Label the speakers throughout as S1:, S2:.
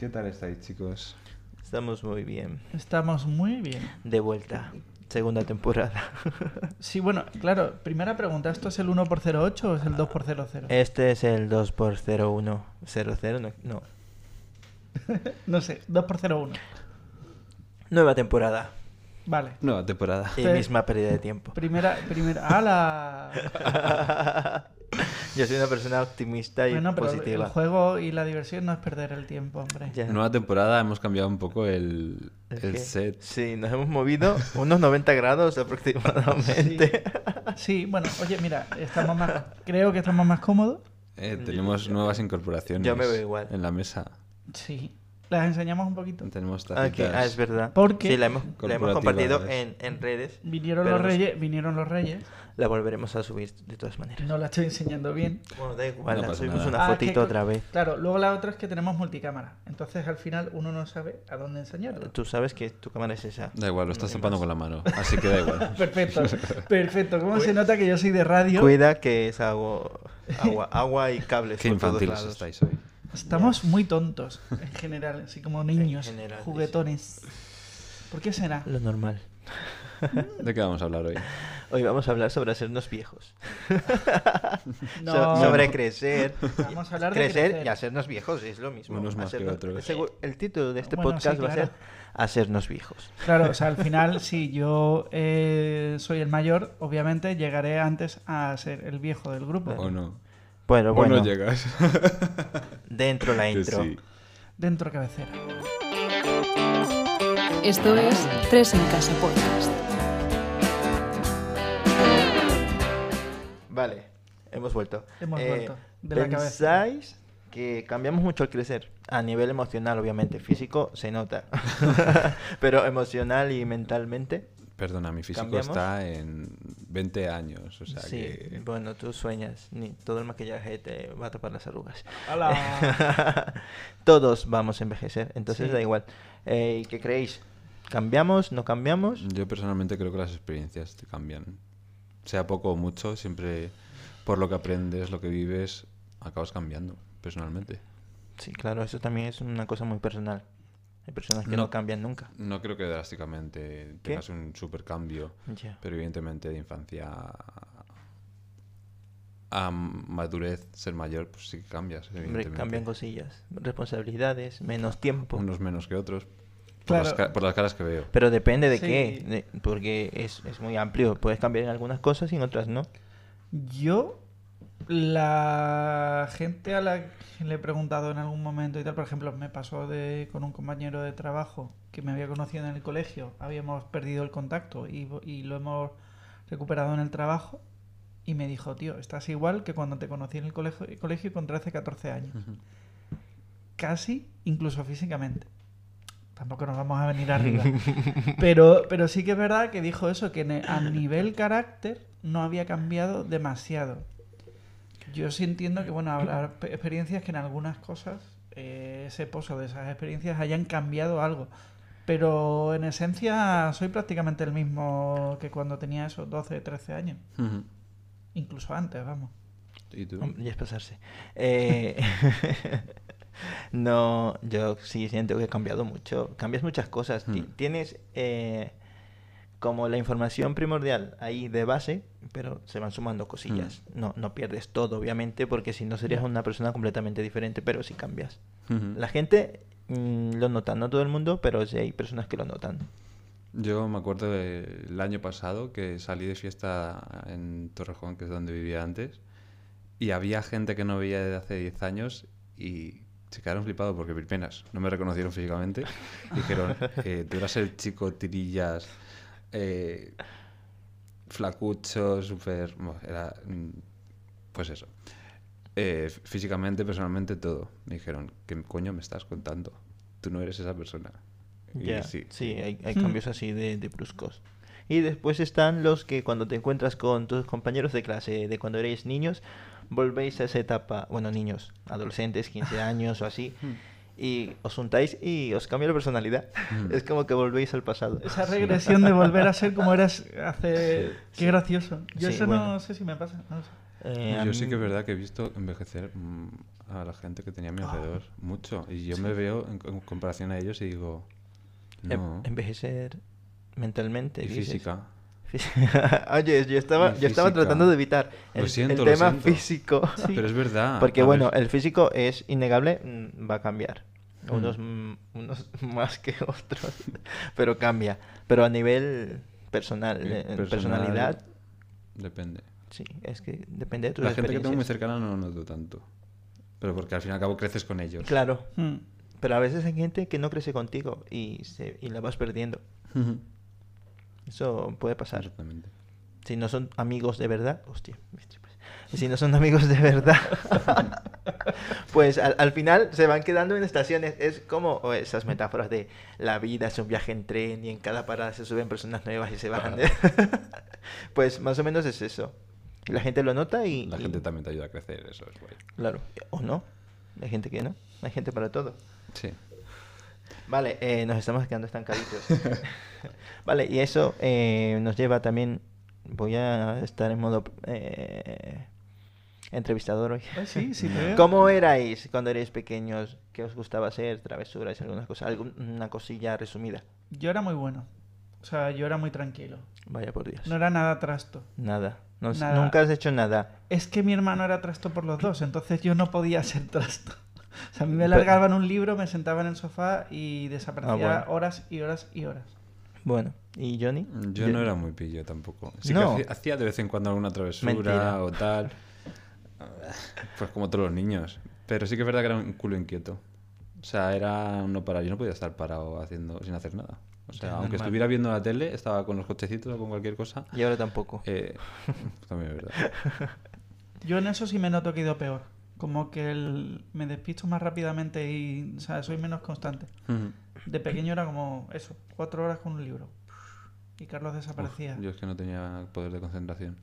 S1: ¿Qué tal estáis, chicos?
S2: Estamos muy bien.
S3: Estamos muy bien.
S2: De vuelta. Segunda temporada.
S3: Sí, bueno, claro, primera pregunta, ¿esto es el 1x08 o es el 2x00?
S2: Este es el 2x01. 00, no, no.
S3: No sé, 2x01.
S2: Nueva temporada.
S3: Vale.
S1: Nueva temporada.
S2: Y
S3: Sí.
S2: misma pérdida de tiempo.
S3: Primera, primera. ¡Hala!
S2: Yo soy una persona optimista y
S3: Bueno, pero el
S2: positiva.
S3: juego y la diversión no es perder el tiempo, hombre.
S2: Ya.
S1: Nueva temporada, hemos cambiado un poco el,
S2: Eh. ¿El
S1: el
S2: qué?
S1: set.
S2: Sí, nos hemos movido unos 90 grados aproximadamente.
S3: Sí, bueno, oye, mira, estamos más, creo que estamos más cómodos.
S1: Eh, tenemos nuevas incorporaciones
S2: Yo me veo igual.
S1: en la mesa.
S3: Sí. Las enseñamos un poquito.
S1: Tenemos
S2: Ah, que-
S1: tacitas.
S2: ah, es verdad.
S3: Porque-
S2: Sí, la hemos, la hemos
S1: Corporativas.
S2: compartido en, en redes.
S3: Vinieron
S2: pero
S3: los
S2: nos-
S3: reyes, vinieron los reyes.
S2: La volveremos a subir de todas maneras.
S3: No la estoy enseñando bien.
S2: Bueno, da igual,
S1: No
S2: la
S1: pasa
S2: subimos
S1: nada.
S2: una
S3: Ah, es que
S2: fotito
S3: co-
S2: otra vez.
S3: Claro, luego la otra es que tenemos multicámara. Entonces al final uno no sabe a dónde enseñarlo.
S2: Tú sabes que tu cámara es esa.
S1: Da igual, lo estás
S2: No hay
S1: tapando
S2: más.
S1: con la mano. Así que da igual.
S3: Perfecto, perfecto. ¿Cómo se nota que yo soy de radio?
S2: Cuida que es agua, agua, agua y cables.
S1: Qué
S2: por todos
S1: infantiles
S2: lados.
S1: estáis hoy.
S3: Estamos muy tontos en general, así como niños,
S2: general,
S3: juguetones. ¿Por qué será?
S2: Lo normal.
S1: ¿De qué vamos a hablar hoy?
S2: Hoy vamos a hablar sobre hacernos viejos.
S3: No.
S2: So- sobre crecer.
S3: Vamos a hablar de
S2: crecer,
S3: crecer.
S2: y hacernos viejos, es lo mismo.
S1: Unos más que
S2: Hacernos-
S1: otros.
S2: seguro- el título de este
S3: Bueno, sí,
S2: podcast va a
S3: claro.
S2: ser Hacernos viejos.
S3: Claro, o sea, al final, si yo eh, soy el mayor, obviamente llegaré antes a ser el viejo del grupo.
S1: ¿O no?
S2: Bueno, bueno,
S1: ¿O no llegas?
S2: dentro la
S1: Que
S2: intro.
S1: sí.
S3: Dentro cabecera.
S4: Esto es Tres en Casa Podcast.
S2: Vale, hemos vuelto. Eh,
S3: Hemos vuelto, de la cabeza.
S2: ¿Pensáis que cambiamos mucho al crecer? A nivel emocional, obviamente. Físico se nota. Pero emocional y mentalmente.
S1: Perdona, mi físico
S2: ¿Cambiamos?
S1: está en 20 años. O sea
S2: sí,
S1: que.
S2: bueno, tú sueñas. Ni, todo el maquillaje te va a tapar las arrugas.
S3: ¡Hala!
S2: Todos vamos a envejecer, entonces
S3: Sí.
S2: da igual. Eh, ¿Qué creéis? ¿Cambiamos? ¿No cambiamos?
S1: Yo personalmente creo que las experiencias te cambian. Sea poco o mucho, siempre por lo que aprendes, lo que vives, acabas cambiando, personalmente.
S2: Sí, claro, eso también es una cosa muy personal. Hay personas que no,
S1: No.
S2: cambian nunca.
S1: No creo que drásticamente
S2: ¿Qué?
S1: tengas un super cambio,
S2: Ya.
S1: pero evidentemente de infancia a- a madurez, ser mayor, pues sí que cambias.
S2: Hombre,
S1: evidentemente.
S2: cambian pues. cosillas. Responsabilidades, menos tiempo.
S1: Unos menos que otros, por,
S3: Claro.
S1: las, ca- por las caras que veo.
S2: Pero depende de
S3: Sí.
S2: qué, de- porque es, es muy amplio. Puedes cambiar en algunas cosas y en otras no.
S3: Yo, la gente a la que le he preguntado en algún momento y tal, por ejemplo, me pasó de, con un compañero de trabajo que me había conocido en el colegio, habíamos perdido el contacto y, vo- y lo hemos recuperado en el trabajo. Y me dijo, tío, estás igual que cuando te conocí en el colegio, colegio con 13, 14 años. Casi, incluso físicamente. Tampoco nos vamos a venir arriba. Pero, pero sí que es verdad que dijo eso, que ne- a nivel carácter no había cambiado demasiado. Yo sí entiendo que, bueno, habrá pe- experiencias que en algunas cosas eh, ese pozo de esas experiencias hayan cambiado algo. Pero en esencia soy prácticamente el mismo que cuando tenía esos 12, 13 años.
S1: Ujú.
S3: Incluso antes, vamos.
S1: ¿Y tú?
S2: Hom- Ya es pasarse. Eh, no, yo sí siento que he cambiado mucho. Cambias muchas cosas. Ti-
S1: Hmm.
S2: Tienes eh, como la información primordial ahí de base, pero se van sumando cosillas. No, no pierdes todo, obviamente, porque si no serías una persona completamente diferente, pero sí cambias.
S1: Ujú.
S2: La gente mm, lo nota, no todo el mundo, pero sí hay personas que lo notan.
S1: Yo me acuerdo del año pasado que salí de fiesta en Torrejón, que es donde vivía antes, y había gente que no veía desde hace 10 años y se quedaron flipados porque apenas no me reconocieron físicamente. Dijeron, eh, tú eras el chico tirillas, eh, flacucho, súper... bueno, Era, mm, pues eso. Eh, f- físicamente, personalmente, todo. Me dijeron, ¿qué coño me estás contando? Tú no eres esa persona. Y
S2: Ya,
S1: sí,
S2: sí, hay, hay
S3: Hmm.
S2: cambios así de, de bruscos. Y después están los que cuando te encuentras con tus compañeros de clase de cuando erais niños, volvéis a esa etapa, bueno, niños, adolescentes, 15 años o así,
S3: Hmm.
S2: y os juntáis y os cambia la personalidad.
S1: Hmm.
S2: es como que volvéis al pasado.
S3: Esa regresión de volver a ser como eras hace... Qué gracioso. Yo
S2: Ah, Sí,
S3: eso
S2: bueno.
S3: no sé si me pasa. no lo sé.
S2: Eh,
S1: No,
S2: a
S1: yo
S2: mí-
S1: sí que es verdad que he visto envejecer mm, a la gente que tenía a mi
S2: Ah.
S1: alrededor mucho. Y yo me veo en, en comparación a ellos y digo,
S2: en-
S1: no.
S2: Envejecer mentalmente.
S1: y
S2: Em, dices.
S1: física.
S2: Oye, yo estaba,
S1: Y
S2: yo estaba
S1: física.
S2: tratando de evitar
S1: Lo
S2: el, el
S1: siento, lo
S2: tema
S1: siento.
S2: físico.
S1: Pero es verdad.
S2: Porque
S1: a ver,
S2: bueno, el físico es innegable, mm, va a cambiar.
S1: Mm.
S2: Unos, mm, unos más que otros, pero cambia. Pero a nivel personal,
S1: eh,
S2: eh,
S1: personal,
S2: personalidad,
S1: Depende.
S2: sí, es que depende de tus
S1: La gente que tengo muy
S2: experiencias.
S1: cercana no lo noto tanto. Pero porque al fin y al cabo creces con ellos.
S2: Claro,
S3: Hmm.
S2: pero a veces hay gente que no crece contigo y, se, y la vas perdiendo. Eso puede pasar.
S1: Exactamente.
S2: Si no son amigos de verdad, hostia, hostia, pues. si no son amigos de verdad, pues al, al final se van quedando en estaciones. Es como oh, esas metáforas de la vida es un viaje en tren y en cada parada se suben personas nuevas y se bajan. de- pues más o menos es eso. La gente lo nota y...
S1: La
S2: y-
S1: gente también te ayuda a crecer, eso es guay.
S2: Claro, o no. Hay gente que no. Hay gente para todo.
S1: Sí.
S2: Vale, eh, nos estamos quedando estancaditos. vale, y eso eh, nos lleva también. Voy a estar en modo eh, entrevistador hoy.
S3: Eh, sí, sí, te veo.
S2: ¿Cómo erais cuando erais pequeños? ¿Qué os gustaba hacer? ¿Travesuras? ¿Alguna cosa? ¿Alguna cosilla resumida?
S3: Yo era muy bueno. O sea, yo era muy tranquilo.
S2: Vaya por Dios.
S3: No era nada trasto.
S2: Nada. No has-
S3: Nada.
S2: Nunca has hecho nada.
S3: Es que mi hermano era trasto por los dos, entonces yo no podía ser trasto. O sea, a mí me
S2: Pero-
S3: largaban un libro, me sentaba en el sofá y desaparecía
S2: Ah, bueno.
S3: horas y horas y horas.
S2: Bueno, ¿y Johnny?
S1: Yo no era muy pillo tampoco. Sí
S2: No.
S1: que hacía, hacía de vez en cuando alguna travesura
S2: Mentira.
S1: o tal. Pues como todos los niños. Pero sí que es verdad que era un culo inquieto. O sea, era uno para Yo no podía estar parado haciendo sin hacer nada. O sea,
S2: Ya,
S1: aunque
S2: normal.
S1: estuviera viendo la tele, estaba con los cochecitos o con cualquier cosa.
S2: Y ahora tampoco.
S1: eh, también es verdad.
S3: Yo en eso sí me noto que he ido peor. Como que el- me despisto más rápidamente y o sea, soy menos constante.
S2: Mm.
S1: Ujú.
S3: De pequeño era como eso, cuatro horas con un libro. Y Carlos desaparecía.
S1: Uf, yo es que no tenía poder de concentración.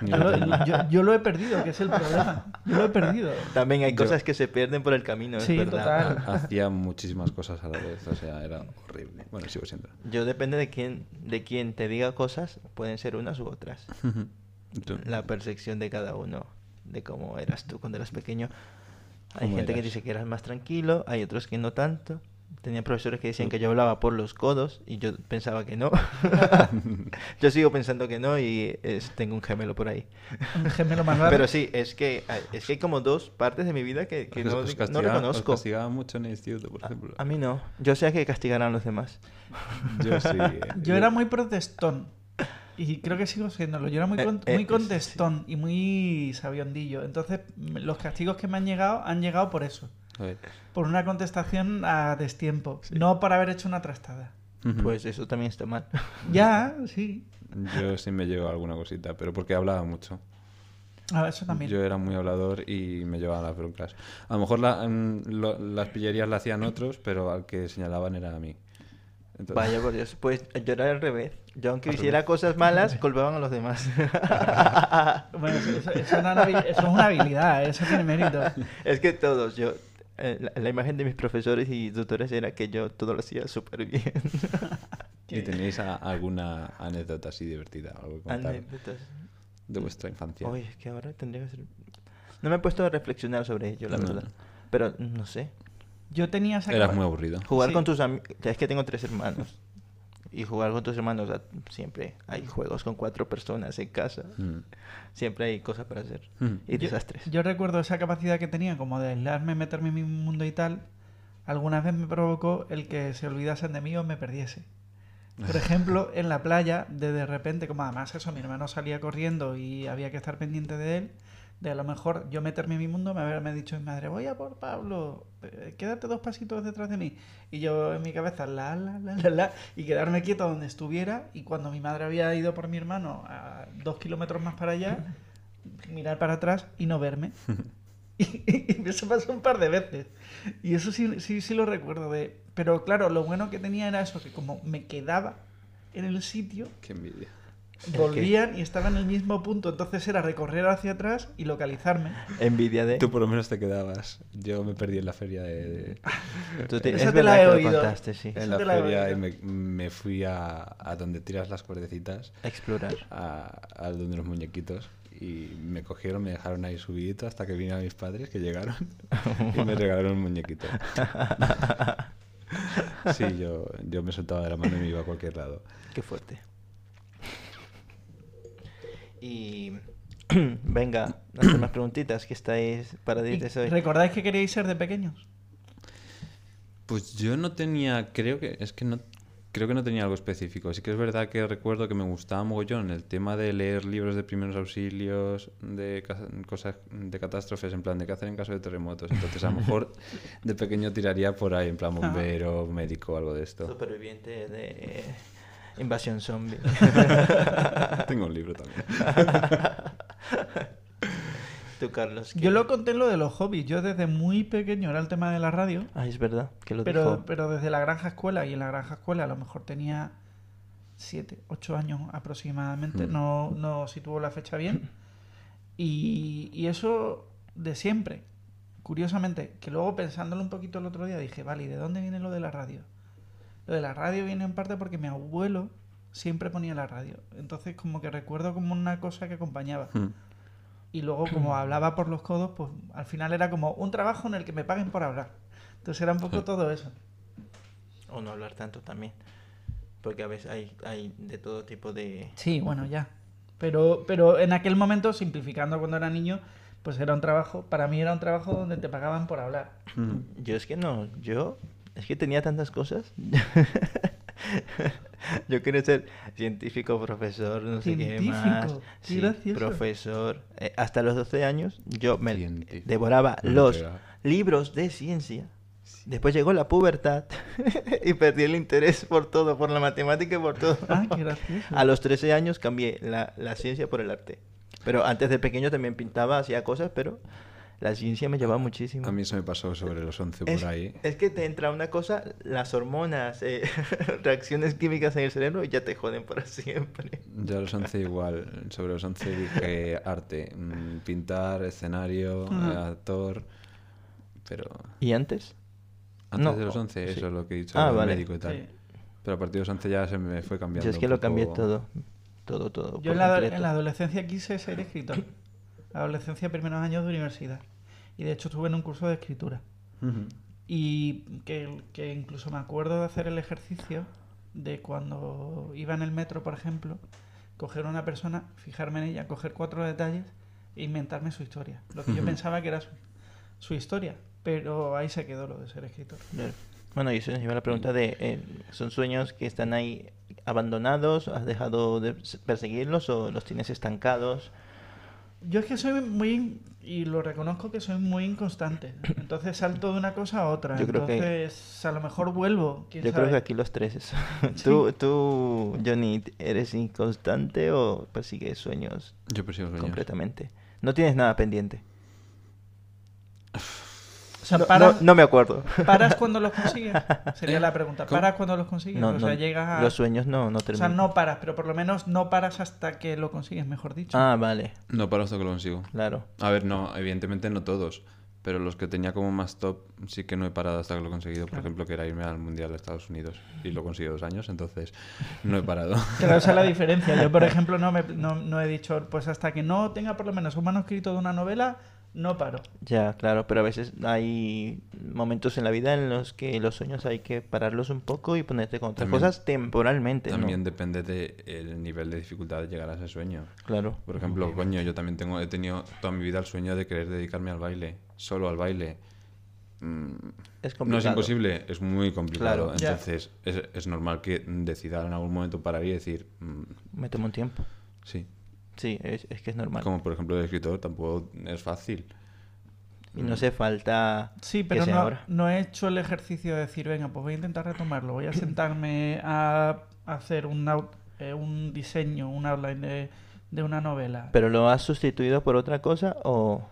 S1: Ni
S3: Yo
S1: lo
S3: lo,
S1: tengo.
S3: yo- yo lo he perdido, que es el problema. Yo lo he perdido.
S2: También hay
S1: yo-
S2: cosas que se pierden por el camino, es
S3: Sí,
S2: verdad.
S3: total.
S1: Ha- Hacía muchísimas cosas a la vez. O sea, era horrible. Bueno, sigo siendo.
S2: Yo depende de quién, de quién te diga cosas, pueden ser unas u otras.
S1: Tú-
S2: la percepción de cada uno de cómo eras tú cuando eras pequeño. Hay
S1: ¿Cómo
S2: gente que
S1: eras?
S2: dice que eras más tranquilo, hay otros que no tanto. Tenía profesores que
S1: Mm.
S2: decían que yo hablaba por los codos y yo pensaba que no. yo sigo pensando que no y es- tengo un gemelo por ahí.
S3: Un gemelo más raro.
S2: Pero sí, es que hay, es que hay como dos partes de mi vida que, que
S1: Os-
S2: no, Ah,
S1: os
S2: no
S1: castigaba- os
S2: reconozco.
S1: castigaba mucho en el instituto, por ejemplo.
S2: A mí no. Yo sé que castigarán a los demás.
S1: Yo sí. eh.
S3: Yo era muy protestón. Y creo que sigo siéndolo. Yo era muy,
S2: Eh,
S3: con-
S2: eh,
S3: muy
S2: sí,
S3: contestón y muy sabiondillo. Entonces, m- los castigos que me han llegado han llegado por eso.
S1: A ver.
S3: Por una contestación a destiempo. No por haber hecho una trastada.
S1: Mm.
S2: Pues eso también está mal.
S3: Ya, sí.
S1: Yo sí me llevo alguna cosita, pero porque hablaba mucho.
S3: A ver, Ah, eso también.
S1: Yo era muy hablador y me llevaba las broncas. A lo mejor la- mm, lo- las pillerías las hacían otros, pero al que señalaban era a mí. Entonces-
S2: Vaya por Dios, pues yo era al revés. Yo aunque hiciera cosas malas, culpaban a los demás.
S3: Bueno, eso, eso- eso era una habi- eso es una habilidad, eso tiene mérito.
S2: es que todos, yo... eh, La, la imagen de mis profesores y tutores era que yo todo lo hacía súper bien.
S1: ¿Y tenéis a- alguna anécdota así divertida? Algo que contar
S2: Anécdotas.
S1: de vuestra infancia.
S2: Oye, es que ahora tendría que ser... No me he puesto a reflexionar sobre ello, la
S1: No,
S2: verdad.
S1: no.
S2: Pero no sé.
S3: Yo tenía esa
S1: Eras
S3: capa-
S1: muy aburrido.
S2: Jugar
S3: Sí.
S2: con tus amigos... Es que tengo tres hermanos. Y jugar con tus hermanos ah, siempre. Hay juegos con cuatro personas en casa.
S1: Mm.
S2: Siempre hay cosas para hacer.
S1: Mm.
S2: Y
S3: Yo-
S2: desastres.
S3: Yo recuerdo esa capacidad que tenía como de aislarme, meterme en mi mundo y tal. Algunas veces me provocó el que se olvidasen de mí o me perdiese. Por ejemplo, en la playa, de de repente, como además eso, mi hermano salía corriendo y había que estar pendiente de él, de a lo mejor yo meterme en mi mundo, me haberme dicho mi madre, voy a por Pablo, eh, quédate dos pasitos detrás de mí. Y yo en mi cabeza, la, la, la, la, la, y quedarme quieto donde estuviera. Y cuando mi madre había ido por mi hermano a dos kilómetros más para allá, mirar para atrás y no verme. Y, eso pasó un par de veces. Y eso sí, sí, sí lo recuerdo. De... Pero claro, lo bueno que tenía era eso, que como me quedaba en el sitio,
S1: Qué envidia.
S3: volvían y estaba en el mismo punto. Entonces era recorrer hacia atrás y localizarme.
S2: Envidia de...
S1: Tú por lo menos te quedabas. Yo me perdí en la feria de... de-
S2: Tú te-
S3: Esa
S2: es
S3: te la
S2: verdad
S3: he
S2: que
S3: oído.
S2: lo contaste, sí.
S3: Eso
S1: en la
S3: te la
S1: feria y
S3: valgo.
S1: me, me fui a, a donde tiras las cuerdecitas,
S2: Explorar.
S1: a, a donde los muñequitos. Y y me cogieron, me dejaron ahí subidito hasta que vinieron mis padres que llegaron y me regalaron un muñequito. Sí, yo, yo me soltaba de la mano y me iba a cualquier lado.
S2: Qué fuerte. Y venga, las más preguntitas que estáis para
S3: ¿Y
S2: decirles hoy.
S3: ¿Recordáis que queríais ser de pequeños?
S1: Pues yo no tenía, creo que, es que no, creo que no tenía algo específico. Sí que es verdad que recuerdo que me gustaba mogollón el tema de leer libros de primeros auxilios, de ca- cosas, de catástrofes, en plan, de qué hacer en caso de terremotos. Entonces a lo mejor de pequeño tiraría por ahí, en plan, bombero, médico, algo de esto.
S2: Superviviente de invasión zombie.
S1: Tengo un libro también.
S2: Tú, Carlos. ¿qué?
S3: Yo lo conté en lo de los hobbies. Yo desde muy pequeño era el tema de la radio,
S2: Ah, es verdad, que lo
S3: pero,
S2: dijo.
S3: pero desde la granja escuela. Y en la granja escuela a lo mejor tenía 7, 8 años aproximadamente.
S1: Mm.
S3: No, no situó la fecha bien. Y, y eso de siempre. Curiosamente, que luego pensándolo un poquito el otro día dije, vale, ¿y de dónde viene lo de la radio? Lo de la radio viene en parte porque mi abuelo siempre ponía la radio. Entonces como que recuerdo como una cosa que acompañaba.
S2: Mm,
S3: Y luego, como hablaba por los codos, pues al final era como un trabajo en el que me paguen por hablar. Entonces era un
S2: Mm.
S3: poco todo eso.
S2: O no hablar tanto también. Porque a veces hay, hay de todo tipo de...
S3: Sí, bueno, ya. Pero, pero en aquel momento, simplificando cuando era niño, pues era un trabajo, para mí era un trabajo donde te pagaban por hablar.
S2: Yo es que no, yo es que tenía tantas cosas. yo quería ser científico, profesor, no sé qué más.
S3: Científico, qué
S2: Sí,
S3: gracioso.
S2: profesor. Eh, hasta los 12 años yo me
S1: Científico.
S2: devoraba
S1: No me
S2: los
S1: pega.
S2: libros de ciencia. Después llegó la pubertad y perdí el interés por todo, por la matemática y por todo.
S3: Ah, qué gracioso.
S2: A los 13 años cambié la, la ciencia por el arte. Pero antes de pequeño también pintaba, hacía cosas, pero la ciencia me llevaba muchísimo.
S1: A mí eso me pasó sobre los 11 por
S2: Es,
S1: ahí.
S2: es que te entra una cosa, las hormonas, eh, reacciones químicas en el cerebro y ya te joden para siempre.
S1: Yo a los 11 igual, sobre los 11 dije arte, mm, pintar, escenario,
S3: Ujú.
S2: Ah.
S1: actor, pero
S2: ¿Y antes?
S1: antes
S2: No,
S1: de los
S2: o-
S1: 11
S2: sí.
S1: eso es lo que he dicho,
S2: Ah,
S1: del
S2: vale.
S1: médico y tal.
S3: Sí.
S1: Pero a partir de los 11 ya se me fue cambiando.
S2: Yo es que
S1: un
S2: lo
S1: poco.
S2: cambié todo. Todo, todo.
S3: Yo
S2: por
S3: en la,
S2: completo.
S3: en la adolescencia quise ser escritor. Adolescencia, primeros años de universidad. Y de hecho estuve en un curso de escritura.
S1: Ujú.
S3: Y que, que incluso me acuerdo de hacer el ejercicio de cuando iba en el metro, por ejemplo, coger a una persona, fijarme en ella, coger cuatro detalles e inventarme su historia. Lo que yo pensaba que era su, su historia, pero ahí se quedó lo de ser escritor.
S2: Claro. Bueno, y eso nos lleva a la pregunta de, eh, ¿son sueños que están ahí abandonados? ¿Has dejado de perseguirlos o los tienes estancados?
S3: Yo es que soy muy, y lo reconozco que soy muy inconstante. Entonces salto de una cosa a otra.
S2: Yo creo que-
S3: Entonces a lo mejor vuelvo. quién
S2: Yo creo que
S3: sabe.
S2: aquí los tres. es- ¿Tú, tú, Johnny, eres inconstante o persigues sueños
S1: Yo pues, persigo sueños.
S2: completamente? No tienes nada pendiente.
S3: O sea,
S2: No-
S3: paras,
S2: no, no me acuerdo.
S3: paras cuando los consigues. Sería la pregunta.
S1: ¿Cómo?
S3: ¿Paras cuando los consigues?
S2: No,
S3: o sea,
S2: no,
S3: llegas a...
S2: Los sueños no, no
S3: O sea,
S2: terminan.
S3: no paras, pero por lo menos no paras hasta que lo consigues, mejor dicho.
S2: Ah, vale,
S1: No paro hasta que lo consigo.
S2: claro.
S1: A ver, no, evidentemente no todos, pero los que tenía como más top sí que no he parado hasta que lo he conseguido. Por ejemplo, que era irme al Mundial de Estados Unidos y lo conseguí dos años, entonces no he parado.
S3: Claro, esa es la diferencia. Yo, por ejemplo, no, me, no, no he dicho, pues hasta que no tenga por lo menos un manuscrito de una novela, no paro.
S2: Ya, claro, pero a veces hay momentos en la vida en los que los sueños hay que pararlos un poco y ponerte con otras
S1: También-
S2: cosas temporalmente. ¿no?
S1: También depende del nivel de dificultad de llegar a ese sueño.
S2: Claro.
S1: Por ejemplo, coño, yo también tengo, he tenido toda mi vida el sueño de querer dedicarme al baile, solo al baile. Mm,
S2: Es
S1: no es
S2: complicado.
S1: imposible, es muy complicado.
S2: Claro.
S3: Ya.
S1: Entonces, es, es normal que decida en algún momento parar y decir, mm,
S2: Me tomo un tiempo.
S1: sí.
S2: Sí, es, es que es normal.
S1: Como por ejemplo el escritor, tampoco es fácil.
S2: Y no hace falta
S3: Sí,
S2: que
S3: pero
S2: sea
S3: no,
S2: ahora.
S3: no he hecho el ejercicio de decir, venga, pues voy a intentar retomarlo. Voy a sentarme a hacer un, out- eh, un diseño, un outline de, de una novela.
S2: ¿Pero lo has sustituido por otra cosa o...?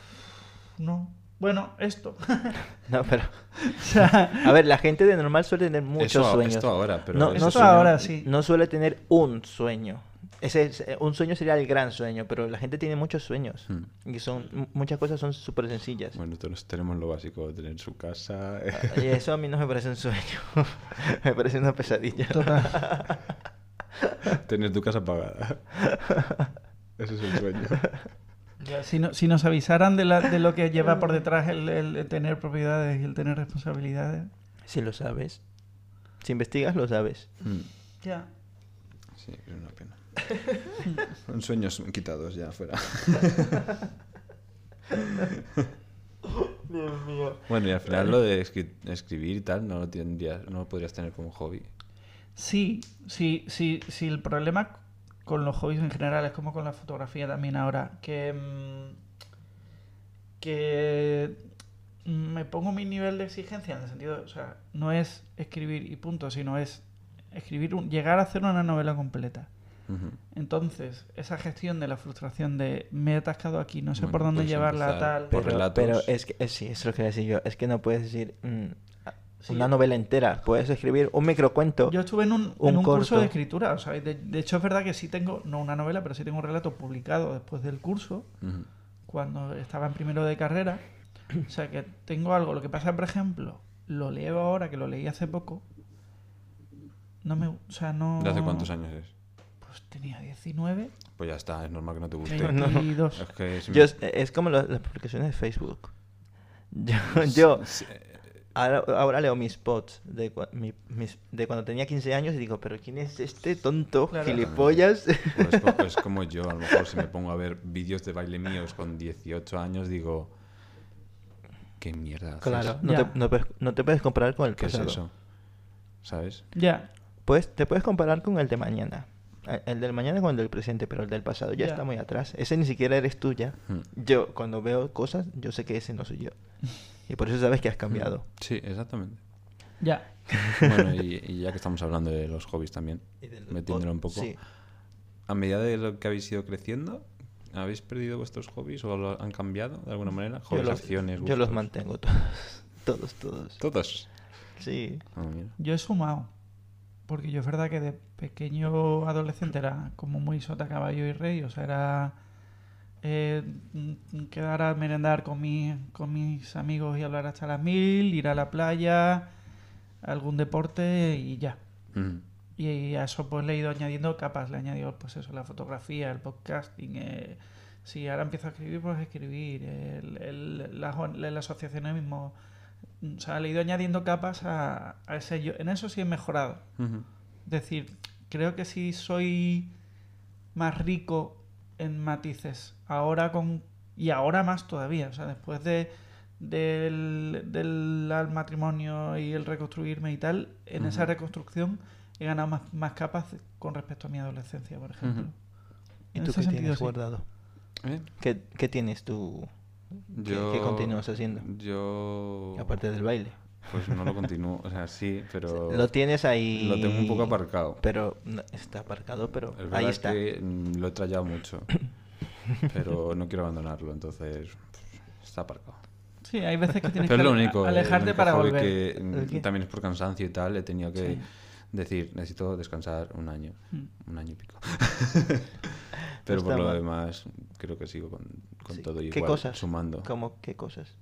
S3: No. Bueno, esto.
S2: No, pero...
S3: o sea,
S2: A ver, la gente de normal suele tener muchos
S1: Eso a-
S2: sueños.
S1: esto ahora, pero
S2: no,
S1: ese
S2: no
S3: esto
S2: suele-
S3: ahora sí.
S2: no suele tener un sueño. Ese es- eh, un sueño sería el gran sueño, pero la gente tiene muchos sueños.
S1: Hmm.
S2: Y son m- muchas cosas son súper sencillas.
S1: Bueno, todos tenemos lo básico, tener su casa.
S2: Y eso a mí no me parece un sueño. me parece una pesadilla.
S1: Tener tu casa pagada.
S5: Ese es el sueño.
S3: Ya, Si, no- si nos avisaran de, la- de lo que lleva por detrás el, el tener propiedades y el tener responsabilidades.
S2: Si lo sabes. Si investigas, lo sabes.
S1: Mm.
S3: Ya.
S1: Sí, es una pena. Son sueños quitados ya fuera.
S2: Dios mío.
S1: Bueno, y al final lo de escri- escribir y tal no lo, tendrías, no lo podrías tener como hobby.
S3: Sí, sí, sí, sí. El problema con los hobbies en general es como con la fotografía también ahora, que mm, que mm, me pongo mi nivel de exigencia en el sentido, o sea, no es escribir y punto, sino es escribir, un- llegar a hacer una novela completa.
S1: Ujú.
S3: Entonces, esa gestión de la frustración de me he atascado aquí, no sé
S1: Bueno,
S3: por dónde
S1: puedes
S3: llevarla
S1: empezar
S3: tal.
S1: por-
S2: Pero,
S1: relatos.
S2: pero es que, eh, sí, es lo que decía yo. Es que no puedes decir mm,
S3: Sí.
S2: una novela entera. Puedes escribir un microcuento.
S3: Yo estuve en un,
S2: Un
S3: en un curso
S2: corto.
S3: de escritura, o sea, de, de hecho es verdad que sí tengo, no una novela, pero sí tengo un relato publicado después del curso,
S1: Ujú.
S3: cuando estaba en primero de carrera. O sea, que tengo algo. Lo que pasa, por ejemplo, lo leo ahora, que lo leí hace poco. No me. O sea, no.
S1: ¿De hace cuántos años es?
S3: Pues tenía 19,
S1: Pues ya está, es normal que no te guste.
S3: 22.
S1: Es que si
S2: Yo-
S1: me-
S2: es, es como lo- las publicaciones de Facebook. Yo, yo
S1: Sí, eh,
S2: ahora, ahora leo mis posts de, cua- mi- mis- de cuando tenía 15 años y digo, pero ¿quién es este tonto
S3: Claro.
S2: gilipollas?
S1: pues es co- es como yo, a lo mejor si me pongo a ver vídeos de baile míos con 18 años, digo, ¿qué mierda? haces?
S2: claro, no
S3: Ya.
S2: te, no puedes- no te puedes comparar con el
S1: ¿Qué es
S2: pasado.
S1: eso? ¿Sabes?
S3: Ya.
S2: Pues te puedes comparar con el de mañana. Eh, El del mañana con el del presente, pero el del pasado ya,
S3: Ya.
S2: está muy atrás. Ese ni siquiera eres tú ya.
S1: Hmm.
S2: Yo, cuando veo cosas, yo sé que ese no soy yo. Y por eso sabes que has cambiado.
S1: Sí, exactamente.
S3: Ya.
S1: Bueno, y, y ya que estamos hablando de los hobbies también, metiéndolo un poco.
S2: Sí.
S1: A medida de lo que habéis ido creciendo, ¿habéis perdido vuestros hobbies o lo han cambiado de alguna manera?
S2: Yo
S1: Hobbies,
S2: los,
S1: acciones,
S2: yo los
S1: gustos.
S2: mantengo todos. Todos, todos.
S1: Todos.
S2: Sí.
S1: Ah, mira.
S3: Yo he sumado. Porque yo es verdad que de pequeño adolescente era como muy sota caballo y rey. O sea, era eh, mm, quedar a merendar con, mi- con mis amigos y hablar hasta las mil, ir a la playa, algún deporte y ya.
S1: Mm.
S3: Y a eso pues le he ido añadiendo capas, le he añadido pues eso, la fotografía, el podcasting, eh, si ahora empiezo a escribir, pues escribir, el, el- la, jo- el asociacionismo. O sea, le he ido añadiendo capas a, a ese yo. En eso sí he mejorado.
S1: Ujú.
S3: Es decir, creo que sí soy más rico en matices. Ahora con. Y ahora más todavía. O sea, después de del, del al matrimonio y el reconstruirme y tal, en esa
S1: Ujú.
S3: reconstrucción he ganado más, más capas con respecto a mi adolescencia, por ejemplo.
S1: Ujú.
S2: ¿Y
S3: En
S2: tú
S3: ese
S2: qué
S3: sentido,
S2: tienes
S3: sí.
S2: guardado?
S1: ¿Eh?
S2: ¿Qué, qué tienes tú? ¿Qué,
S1: Yo-
S2: qué continúas haciendo?
S1: Yo.
S2: Aparte del baile.
S1: Pues no lo continúo. O sea, sí, pero.
S2: Lo tienes ahí.
S1: lo tengo un poco aparcado.
S2: Pero no, está aparcado, pero
S1: Es verdad
S2: ahí está.
S1: que mm, lo he trallado mucho. pero no quiero abandonarlo, entonces. pues, Está aparcado.
S3: Sí, hay veces que tienes
S1: Pero es
S3: que
S1: lo
S3: ale-
S1: único. el
S3: alejarte
S1: único
S3: para
S1: hobby
S3: volver.
S1: que, mm,
S2: ¿El qué?
S1: también es por cansancio y tal. He tenido que
S3: Sí.
S1: decir, necesito descansar un año.
S3: Mm.
S1: Un año y pico. Pero
S2: No
S1: por
S2: está
S1: lo
S2: mal.
S1: demás, creo que sigo con, con
S2: Sí.
S1: todo igual.
S2: ¿Qué cosas?
S1: Sumando.
S2: ¿Cómo Ah. qué cosas?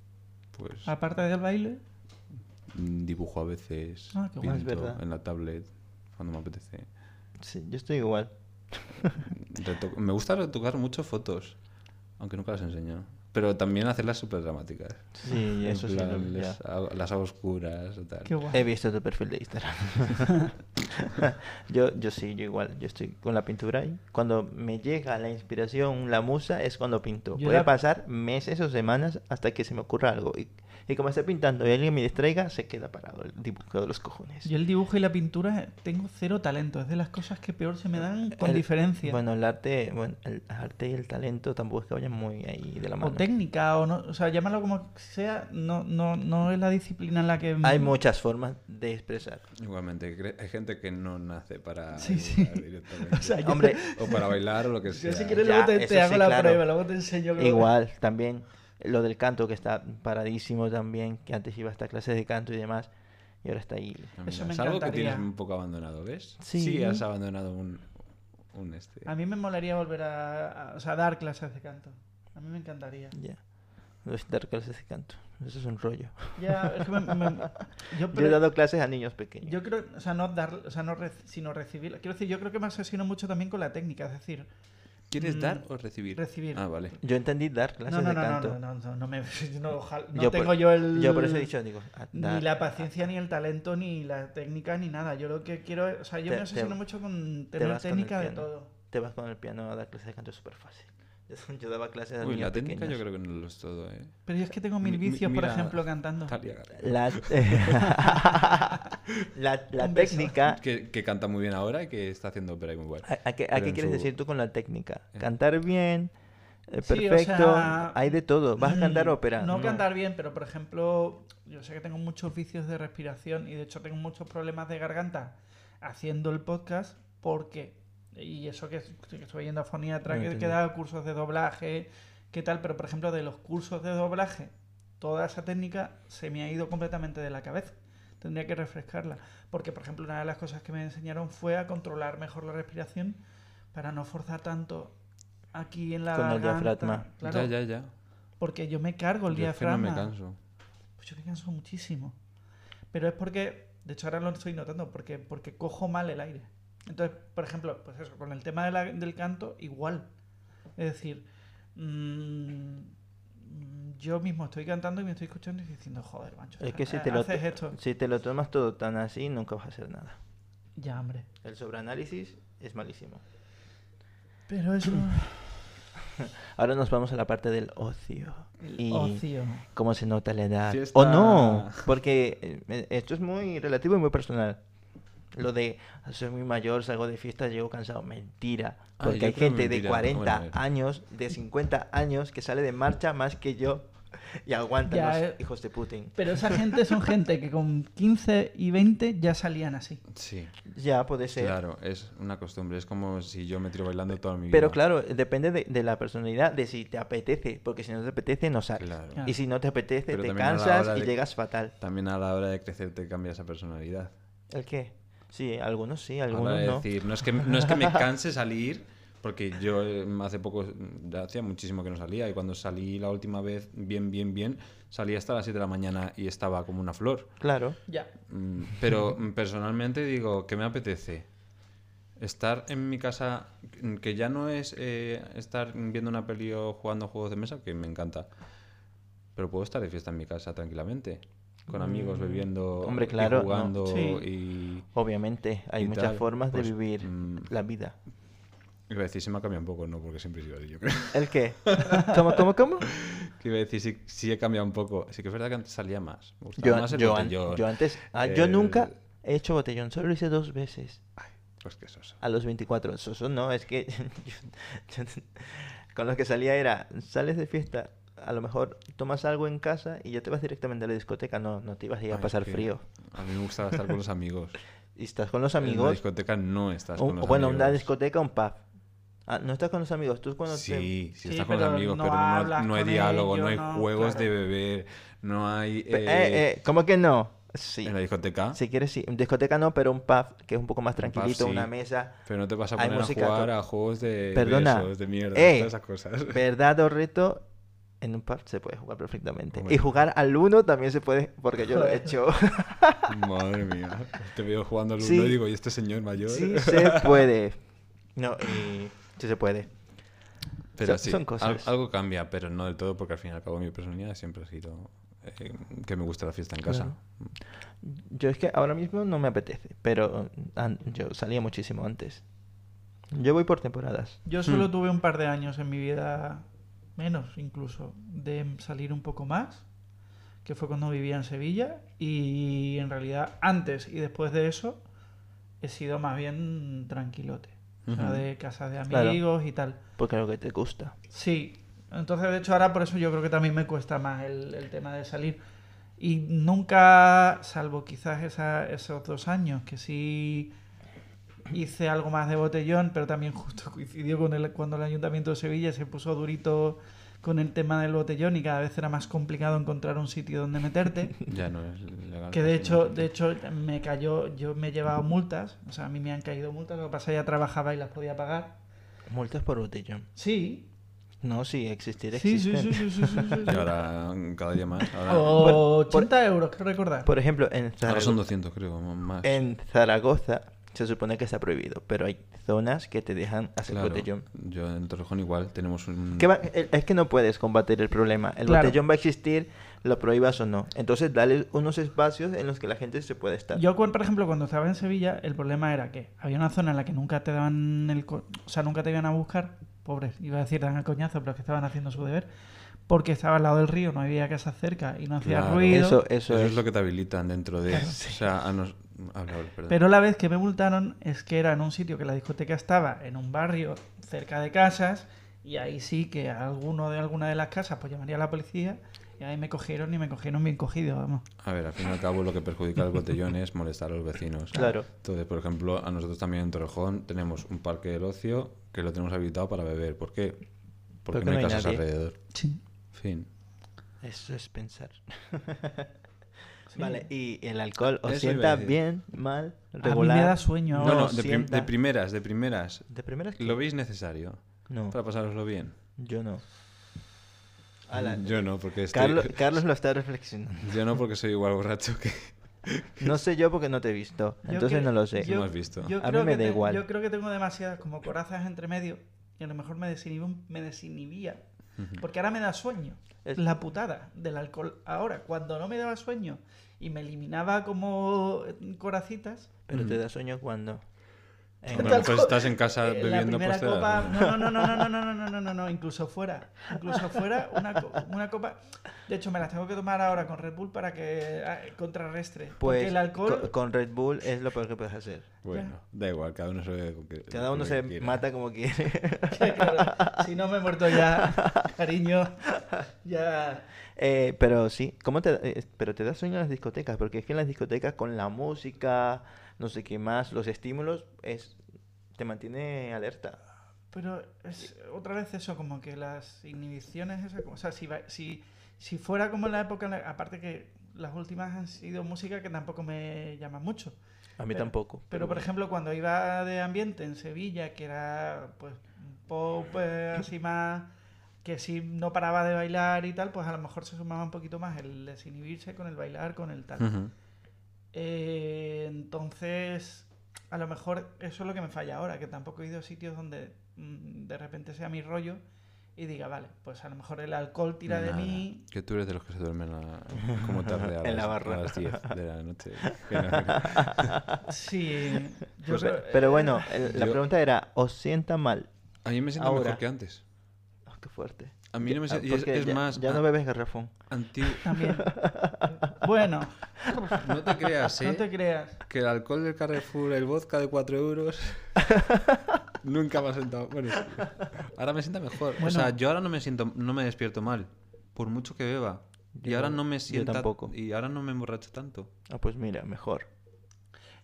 S1: Pues
S3: Aparte del baile,
S1: mm, dibujo a veces,
S3: Ah, qué
S2: guay. Es
S1: pinto
S2: verdad.
S1: en la tablet cuando me apetece.
S2: Sí, yo estoy igual.
S1: Reto- Me gusta retocar mucho fotos, aunque nunca las enseño. Pero también hacerlas súper dramáticas.
S2: Sí, eso sí. lo- ya.
S1: las, hago, las hago oscuras o tal.
S3: qué guay.
S2: He visto tu perfil de Instagram. yo, yo sí, yo igual. Yo estoy con la pintura y cuando me llega la inspiración, la musa, es cuando pinto.
S3: Yo
S2: Puede
S3: la-
S2: pasar meses o semanas hasta que se me ocurra algo. Y, y como estoy pintando y alguien me distraiga, se queda parado el dibujo de los cojones.
S3: Yo el dibujo y la pintura eh, tengo cero talento. Es de las cosas que peor se me dan con
S2: El-
S3: diferencia.
S2: Bueno, el arte, bueno, el arte y el talento tampoco es que vayan muy ahí de la
S3: o
S2: mano.
S3: técnica, o no, o sea, llámalo como sea, no, no, no es la disciplina en la que...
S2: Hay muchas formas de expresar.
S1: Igualmente, cre- hay gente que no nace para
S3: Sí, sí.
S1: dibujar directamente.
S3: O sea, yo-
S2: Hombre,
S1: O para bailar o lo que
S3: yo
S1: sea.
S3: si quieres
S2: Ya,
S3: luego te,
S2: eso
S3: te hago
S2: sí,
S3: la
S2: claro.
S3: prueba, luego te enseño. luego-
S2: Igual, también lo del canto que está paradísimo también, que antes iba hasta clases de canto y demás, y ahora está ahí.
S1: Ah, mira,
S3: Eso me
S1: es algo que
S3: encantaría.
S1: tienes un poco abandonado, ¿ves?
S2: Sí.
S1: has abandonado un, un este.
S3: A mí me molaría volver a, a- o sea, dar clases de canto. A mí me encantaría.
S2: Ya. Lo de dar clases de canto. Eso es un rollo.
S3: Ya, es que me- me- yo,
S2: Yo
S3: pero-
S2: he dado clases a niños pequeños.
S3: yo creo, o sea, no dar, o sea, no rec- sino recibir. Quiero decir, yo creo que me obsesiono mucho también con la técnica, es decir,
S1: ¿Quieres
S3: Mm,
S1: dar o recibir?
S3: recibir.
S1: Ah, vale.
S2: Yo entendí dar clases
S3: No, no,
S2: de
S3: no, no,
S2: canto.
S3: no, no, no, no me, no, ojalá- no
S2: Yo por-
S3: tengo yo el...
S2: Yo por eso he dicho, digo, a-
S3: Ni
S2: dar.
S3: la paciencia, ni el talento, ni la técnica, ni nada. Yo lo que quiero... es- O sea, yo
S2: Te-
S3: me obsesiono
S2: te-
S3: mucho con
S2: te
S3: tener
S2: vas con el
S3: técnica de
S2: piano.
S3: todo.
S2: Te vas con el piano a dar clases de canto, es súper fácil. Yo, yo daba clases a
S1: Uy,
S2: niños
S1: la técnica
S2: pequeños.
S1: yo creo que no lo es todo, ¿eh?
S3: Pero yo es que tengo mil
S1: Mi- mi-
S3: vicios, por
S1: mira,
S3: ejemplo, cantando.
S1: Talia García.
S2: La, la, la
S3: Un beso.
S2: técnica...
S1: Que, que canta muy bien ahora y que está haciendo ópera y muy
S3: Ah,
S1: bueno.
S2: ¿A, a qué, a
S1: Pero
S2: qué
S1: en
S2: quieres
S1: su-
S2: decir tú con la técnica? Cantar bien, eh,
S3: Sí, o
S2: perfecto,
S3: sea,
S2: hay de todo. ¿Vas a cantar
S3: mm,
S2: ópera?
S3: No, cantar bien, pero por ejemplo, yo sé que tengo muchos vicios de respiración y de hecho tengo muchos problemas de garganta haciendo el podcast porque, y eso que, que estoy yendo a foniatra,
S2: No
S3: que, que
S2: entiendo.
S3: he dado cursos de doblaje, qué tal, pero por ejemplo de los cursos de doblaje, toda esa técnica se me ha ido completamente de la cabeza. Tendría que refrescarla. Porque, por ejemplo, una de las cosas que me enseñaron fue a controlar mejor la respiración para no forzar tanto aquí en la
S2: Con el
S3: garganta.
S2: diafragma.
S3: Claro.
S1: Ya, ya, ya.
S3: Porque yo me cargo el
S1: Yo es que no
S3: diafragma.
S1: me canso.
S3: Pues yo me canso muchísimo. Pero es porque, de hecho ahora lo estoy notando, porque, porque cojo mal el aire. Entonces, por ejemplo, pues eso, con el tema de la- del canto, igual. Es decir, mm, mm, yo mismo estoy cantando y me estoy escuchando y estoy diciendo, joder, mancho,
S2: Es que si
S3: ha-
S2: te, lo,
S3: eh, haces esto.
S2: si te lo tomas todo tan así, nunca vas a hacer nada.
S3: Ya, hombre.
S2: El sobreanálisis es malísimo.
S3: Pero eso...
S2: Ahora nos vamos a la parte del ocio. y
S3: Ocio.
S2: cómo se nota la edad.
S1: Fiesta.
S2: O no, porque eh, esto es muy relativo y muy personal. Lo de soy muy mayor, salgo de fiesta, llego cansado. Mentira.
S1: Ah,
S2: Porque
S1: yo
S2: hay
S1: creo
S2: gente de
S1: mentira.
S2: 40
S1: Bueno, a ver.
S2: años, de 50 años, que sale de marcha más que yo y aguantan
S3: Ya,
S2: los
S3: eh.
S2: hijos de Putin.
S3: Pero esa gente son gente que con 15 y 20 ya salían así.
S1: Sí,
S2: Ya puede ser.
S1: claro, es una costumbre. Es como si yo me tiro bailando toda mi vida.
S2: Pero claro, depende de, de la personalidad, de si te apetece, porque si no te apetece no sales.
S1: Claro.
S3: Ah.
S2: Y si no te apetece
S1: Pero
S2: te
S1: también a la
S2: cansas
S1: hora
S2: y
S1: de-
S2: llegas fatal.
S1: También a la hora de crecer te cambia esa personalidad.
S2: ¿El qué? Sí, algunos sí,
S1: A la hora
S2: algunos
S1: de
S2: no.
S1: decir, no es, que, no es que me canse salir, porque yo eh, hace poco, ya hacía muchísimo que no salía, y cuando salí la última vez, bien, bien, bien, salí hasta las 7 de la mañana y estaba como una flor.
S2: Claro.
S3: Ya.
S1: Mm, Pero mm, personalmente digo, ¿qué me apetece? Estar en mi casa, mm, que ya no es eh, estar viendo una peli o jugando juegos de mesa, que me encanta. Pero puedo estar de fiesta en mi casa tranquilamente, con amigos,
S2: Mm,
S1: bebiendo,
S2: hombre,
S1: y
S2: claro, no.
S1: jugando
S3: Sí.
S1: y...
S2: Obviamente, hay
S1: y
S2: muchas
S1: tal,
S2: formas
S1: pues,
S2: de vivir
S1: mm.
S2: la vida.
S1: Iba a decir, se me ha cambiado un poco, no, porque siempre he sido así, yo creo.
S2: ¿El qué? ¿Cómo, cómo, cómo?
S1: Que iba a decir, sí, sí he cambiado un poco. Sí que es verdad que antes salía más. Me gustaba
S2: Yo,
S1: más el
S2: yo an-
S1: botellón.
S2: yo antes... ah, yo
S1: el-
S2: nunca he hecho botellón, solo lo hice dos veces.
S1: Ay, pues que eso.
S2: A los 24. Soso no, es que... yo- yo- con los que salía era, sales de fiesta, a lo mejor tomas algo en casa y ya te vas directamente a la discoteca. No, no te ibas a ir a
S1: Ay,
S2: pasar
S1: es que
S2: frío.
S1: A mí me gustaba estar con los amigos.
S2: Y estás con los
S1: En la
S2: amigos...
S1: discoteca no estás
S2: o-
S1: con los
S2: o bueno,
S1: amigos.
S2: una discoteca, un pub. Ah, no estás con los amigos. Tú cuando te-
S1: Sí, sí,
S3: Sí,
S1: estás con los
S3: pero
S1: amigos,
S3: no
S1: pero no- no,
S3: hablas
S1: hay
S3: con
S1: diálogo, no hay
S3: ellos, no,
S1: juegos
S3: claro.
S1: de beber, no hay...
S2: Pe-
S1: eh,
S2: eh, eh, ¿Cómo que no? Sí.
S1: En la discoteca,
S2: Si quieres, sí. En Discoteca no, pero un pub que es un poco más
S1: ¿Ah? pub,
S2: tranquilito,
S1: sí.
S2: una mesa.
S1: pero no te vas a
S2: hay
S1: poner a
S2: música,
S1: jugar
S2: to-
S1: a juegos de
S2: Perdona.
S1: besos, de mierda,
S2: Eh.
S1: todas esas cosas.
S2: ¿Verdad o reto? En un pub se puede jugar perfectamente.
S1: Hombre.
S2: Y jugar al uno también se puede, porque yo lo he
S3: Joder.
S2: hecho.
S1: Madre mía, te veo jugando al uno
S2: Sí.
S1: y digo, ¿y este señor mayor?
S2: sí se puede. No, y sí se puede.
S1: Pero
S2: Son-
S1: sí,
S2: son
S1: al-
S2: cosas.
S1: algo cambia, pero no del todo, porque al fin y al cabo mi personalidad siempre ha sido eh, que me gusta la fiesta en casa.
S2: Yo es que ahora mismo no me apetece, pero an- yo salía muchísimo antes. Yo voy por temporadas.
S3: Yo solo tuve un par de años en mi vida, menos incluso, de salir un poco más, que fue cuando vivía en Sevilla, y en realidad antes y después de eso he sido más bien tranquilote, o sea,
S1: Ujú.
S3: de casas de
S2: Claro.
S3: amigos y tal.
S2: Porque es lo que te gusta.
S3: Sí, entonces de hecho ahora por eso yo creo que también me cuesta más el, el tema de salir. Y nunca, salvo quizás esa- esos dos años, que sí hice algo más de botellón, pero también justo coincidió con el, cuando el Ayuntamiento de Sevilla se puso durito con el tema del botellón y cada vez era más complicado encontrar un sitio donde meterte.
S1: Ya no es legal.
S3: Que de
S1: casi no.
S3: hecho, de hecho me cayó, yo me he llevado multas, o sea, a mí me han caído multas, lo que pasa es que ya trabajaba y las podía pagar.
S2: Multas por botellón.
S3: Sí,
S2: No, sí, existir
S3: sí,
S2: existen.
S3: sí, sí, sí, sí, sí, sí.
S1: Y ahora cada día más. Ahora,
S3: Oh. O 80 euros, creo recordar.
S2: Por ejemplo, en
S1: ahora
S2: Zaragoza- Eh,
S1: son 200, creo, más.
S2: en Zaragoza, se supone que está prohibido, pero hay zonas que te dejan hacer
S1: Claro,
S2: botellón.
S1: Yo en el Torrejón igual tenemos un...
S2: Que va- el- es que no puedes combatir el problema. El
S3: Claro.
S2: botellón va a existir, lo prohíbas o no. Entonces, dale unos espacios en los que la gente se puede estar.
S3: Yo, cu- por ejemplo, cuando estaba en Sevilla, el problema era que había una zona en la que nunca te daban el... co- O sea, nunca te iban a buscar. Pobres, iba a decir dan el coñazo, pero es que estaban haciendo su deber. Porque estaba al lado del río, no había casas cerca y no hacía
S1: Claro.
S3: ruido.
S2: eso, eso,
S1: Eso
S2: es.
S1: es lo que te habilitan dentro de...
S3: Claro,
S1: O
S3: sí.
S1: sea, a nos... habla, habla, perdón.
S3: Pero la vez que me multaron es que era en un sitio que la discoteca estaba en un barrio cerca de casas y ahí sí que a alguno de alguna de las casas pues llamaría a la policía y ahí me cogieron y me cogieron bien cogido, vamos.
S1: A ver, al fin y al cabo lo que perjudica el botellón es molestar a los vecinos.
S2: Claro.
S1: Entonces, por ejemplo, a nosotros también en Torrejón tenemos un parque del ocio que lo tenemos habilitado para beber. ¿Por qué? Porque, no hay, casas
S2: nadie.
S1: alrededor.
S3: Sí.
S1: Fin.
S2: Eso es pensar.
S3: Sí.
S2: Vale, y el alcohol
S1: Eso
S2: os
S1: iba a
S2: sienta
S1: decir.
S2: bien, mal,
S3: A mí
S2: regular.
S3: me da sueño
S1: No,
S3: ahora.
S2: No,
S1: no, de, prim-
S2: sienta.
S1: de primeras, de primeras.
S2: ¿De primeras?
S1: ¿Lo veis necesario
S2: No,
S1: para pasároslo bien?
S2: yo no.
S1: Este,
S2: Alan,
S1: Yo no, porque estoy...
S2: Carlos, Carlos lo está reflexionando.
S1: Yo no, porque soy igual borracho que...
S2: No sé yo porque no te he visto,
S3: Yo
S2: entonces
S3: que-
S2: no lo sé.
S1: yo- No has visto.
S3: yo
S2: A mí
S3: creo
S2: me
S3: que
S2: da
S3: te-
S2: igual.
S3: Yo creo que tengo demasiadas como corazas entre medio y a lo mejor me, desinhibo- me desinhibía. Porque ahora me da sueño.
S2: Es-
S3: La putada del alcohol. Ahora, cuando no me daba sueño y me eliminaba como eh, coracitas,
S2: Pero te
S1: Mm.
S2: da sueño cuando... eh, En-
S1: Bueno, pues estás en casa
S3: Eh, la
S1: bebiendo
S3: primera
S1: pues te da
S3: copa.
S1: sueño.
S3: No, no, no, no, no, no, no, no, no, no, no, incluso fuera. Incluso fuera una, co- una copa. De hecho, me las tengo que tomar ahora con Red Bull para que ah, contrarrestre.
S2: Pues
S3: porque el alcohol.
S2: co- con Red Bull es lo peor que puedes hacer.
S1: Bueno, da igual, cada uno se bebe con que-
S2: Cada
S1: con
S2: uno
S1: lo
S2: se
S1: que quiera.
S2: mata como quiere.
S3: Claro, si no me he muerto ya, cariño. Ya.
S2: Eh, pero sí, ¿cómo te, da- eh, pero te da sueño en las discotecas? Porque es que en las discotecas con la música, no sé qué más, los estímulos, es te mantiene alerta.
S3: Pero es otra vez eso, como que las inhibiciones, esa cosa. O sea, si, va- si, si fuera como en la época, en la- aparte que las últimas han sido música que tampoco me llama mucho.
S2: A mí
S3: Pero-
S2: tampoco.
S3: Pero por
S2: bueno.
S3: ejemplo, cuando iba de ambiente en Sevilla, que era pues un pop eh, así más que si no paraba de bailar y tal, pues a lo mejor se sumaba un poquito más el desinhibirse con el bailar, con el tal.
S1: Ujú.
S3: Eh, entonces, a lo mejor eso es lo que me falla ahora, que tampoco he ido a sitios donde mm, de repente sea mi rollo y diga, vale, pues a lo mejor el alcohol tira de
S1: Nada.
S3: mí.
S1: Que tú eres de los que se duermen a- como tarde a
S2: En la
S1: las-
S2: barra.
S1: a las 10 de la noche. Que no-
S3: Sí, yo
S2: Pues,
S3: creo-
S2: pe- pero bueno, el- la
S1: Yo-
S2: pregunta era, ¿os sienta mal?
S1: A mí me siento
S2: Ahora.
S1: mejor que antes.
S2: Ah, qué fuerte.
S1: A mí no me
S2: Ah,
S1: siento... y es,
S2: porque
S1: es
S2: ya,
S1: más...
S2: ya no
S1: a-
S2: bebes garrafón.
S1: anti-
S3: eh, También. Bueno,
S1: No te creas, ¿eh?
S3: no te creas.
S1: Que el alcohol del Carrefour, el vodka de 4 euros... nunca me ha sentado... Bueno, ahora me sienta mejor.
S3: Bueno.
S1: O sea, yo ahora no me siento... No me despierto mal. Por mucho que beba. Y
S2: Yo
S1: ahora
S2: no-
S1: no me
S2: yo
S1: sienta...
S2: tampoco.
S1: Y ahora no me emborracho tanto.
S2: Ah, pues mira, mejor.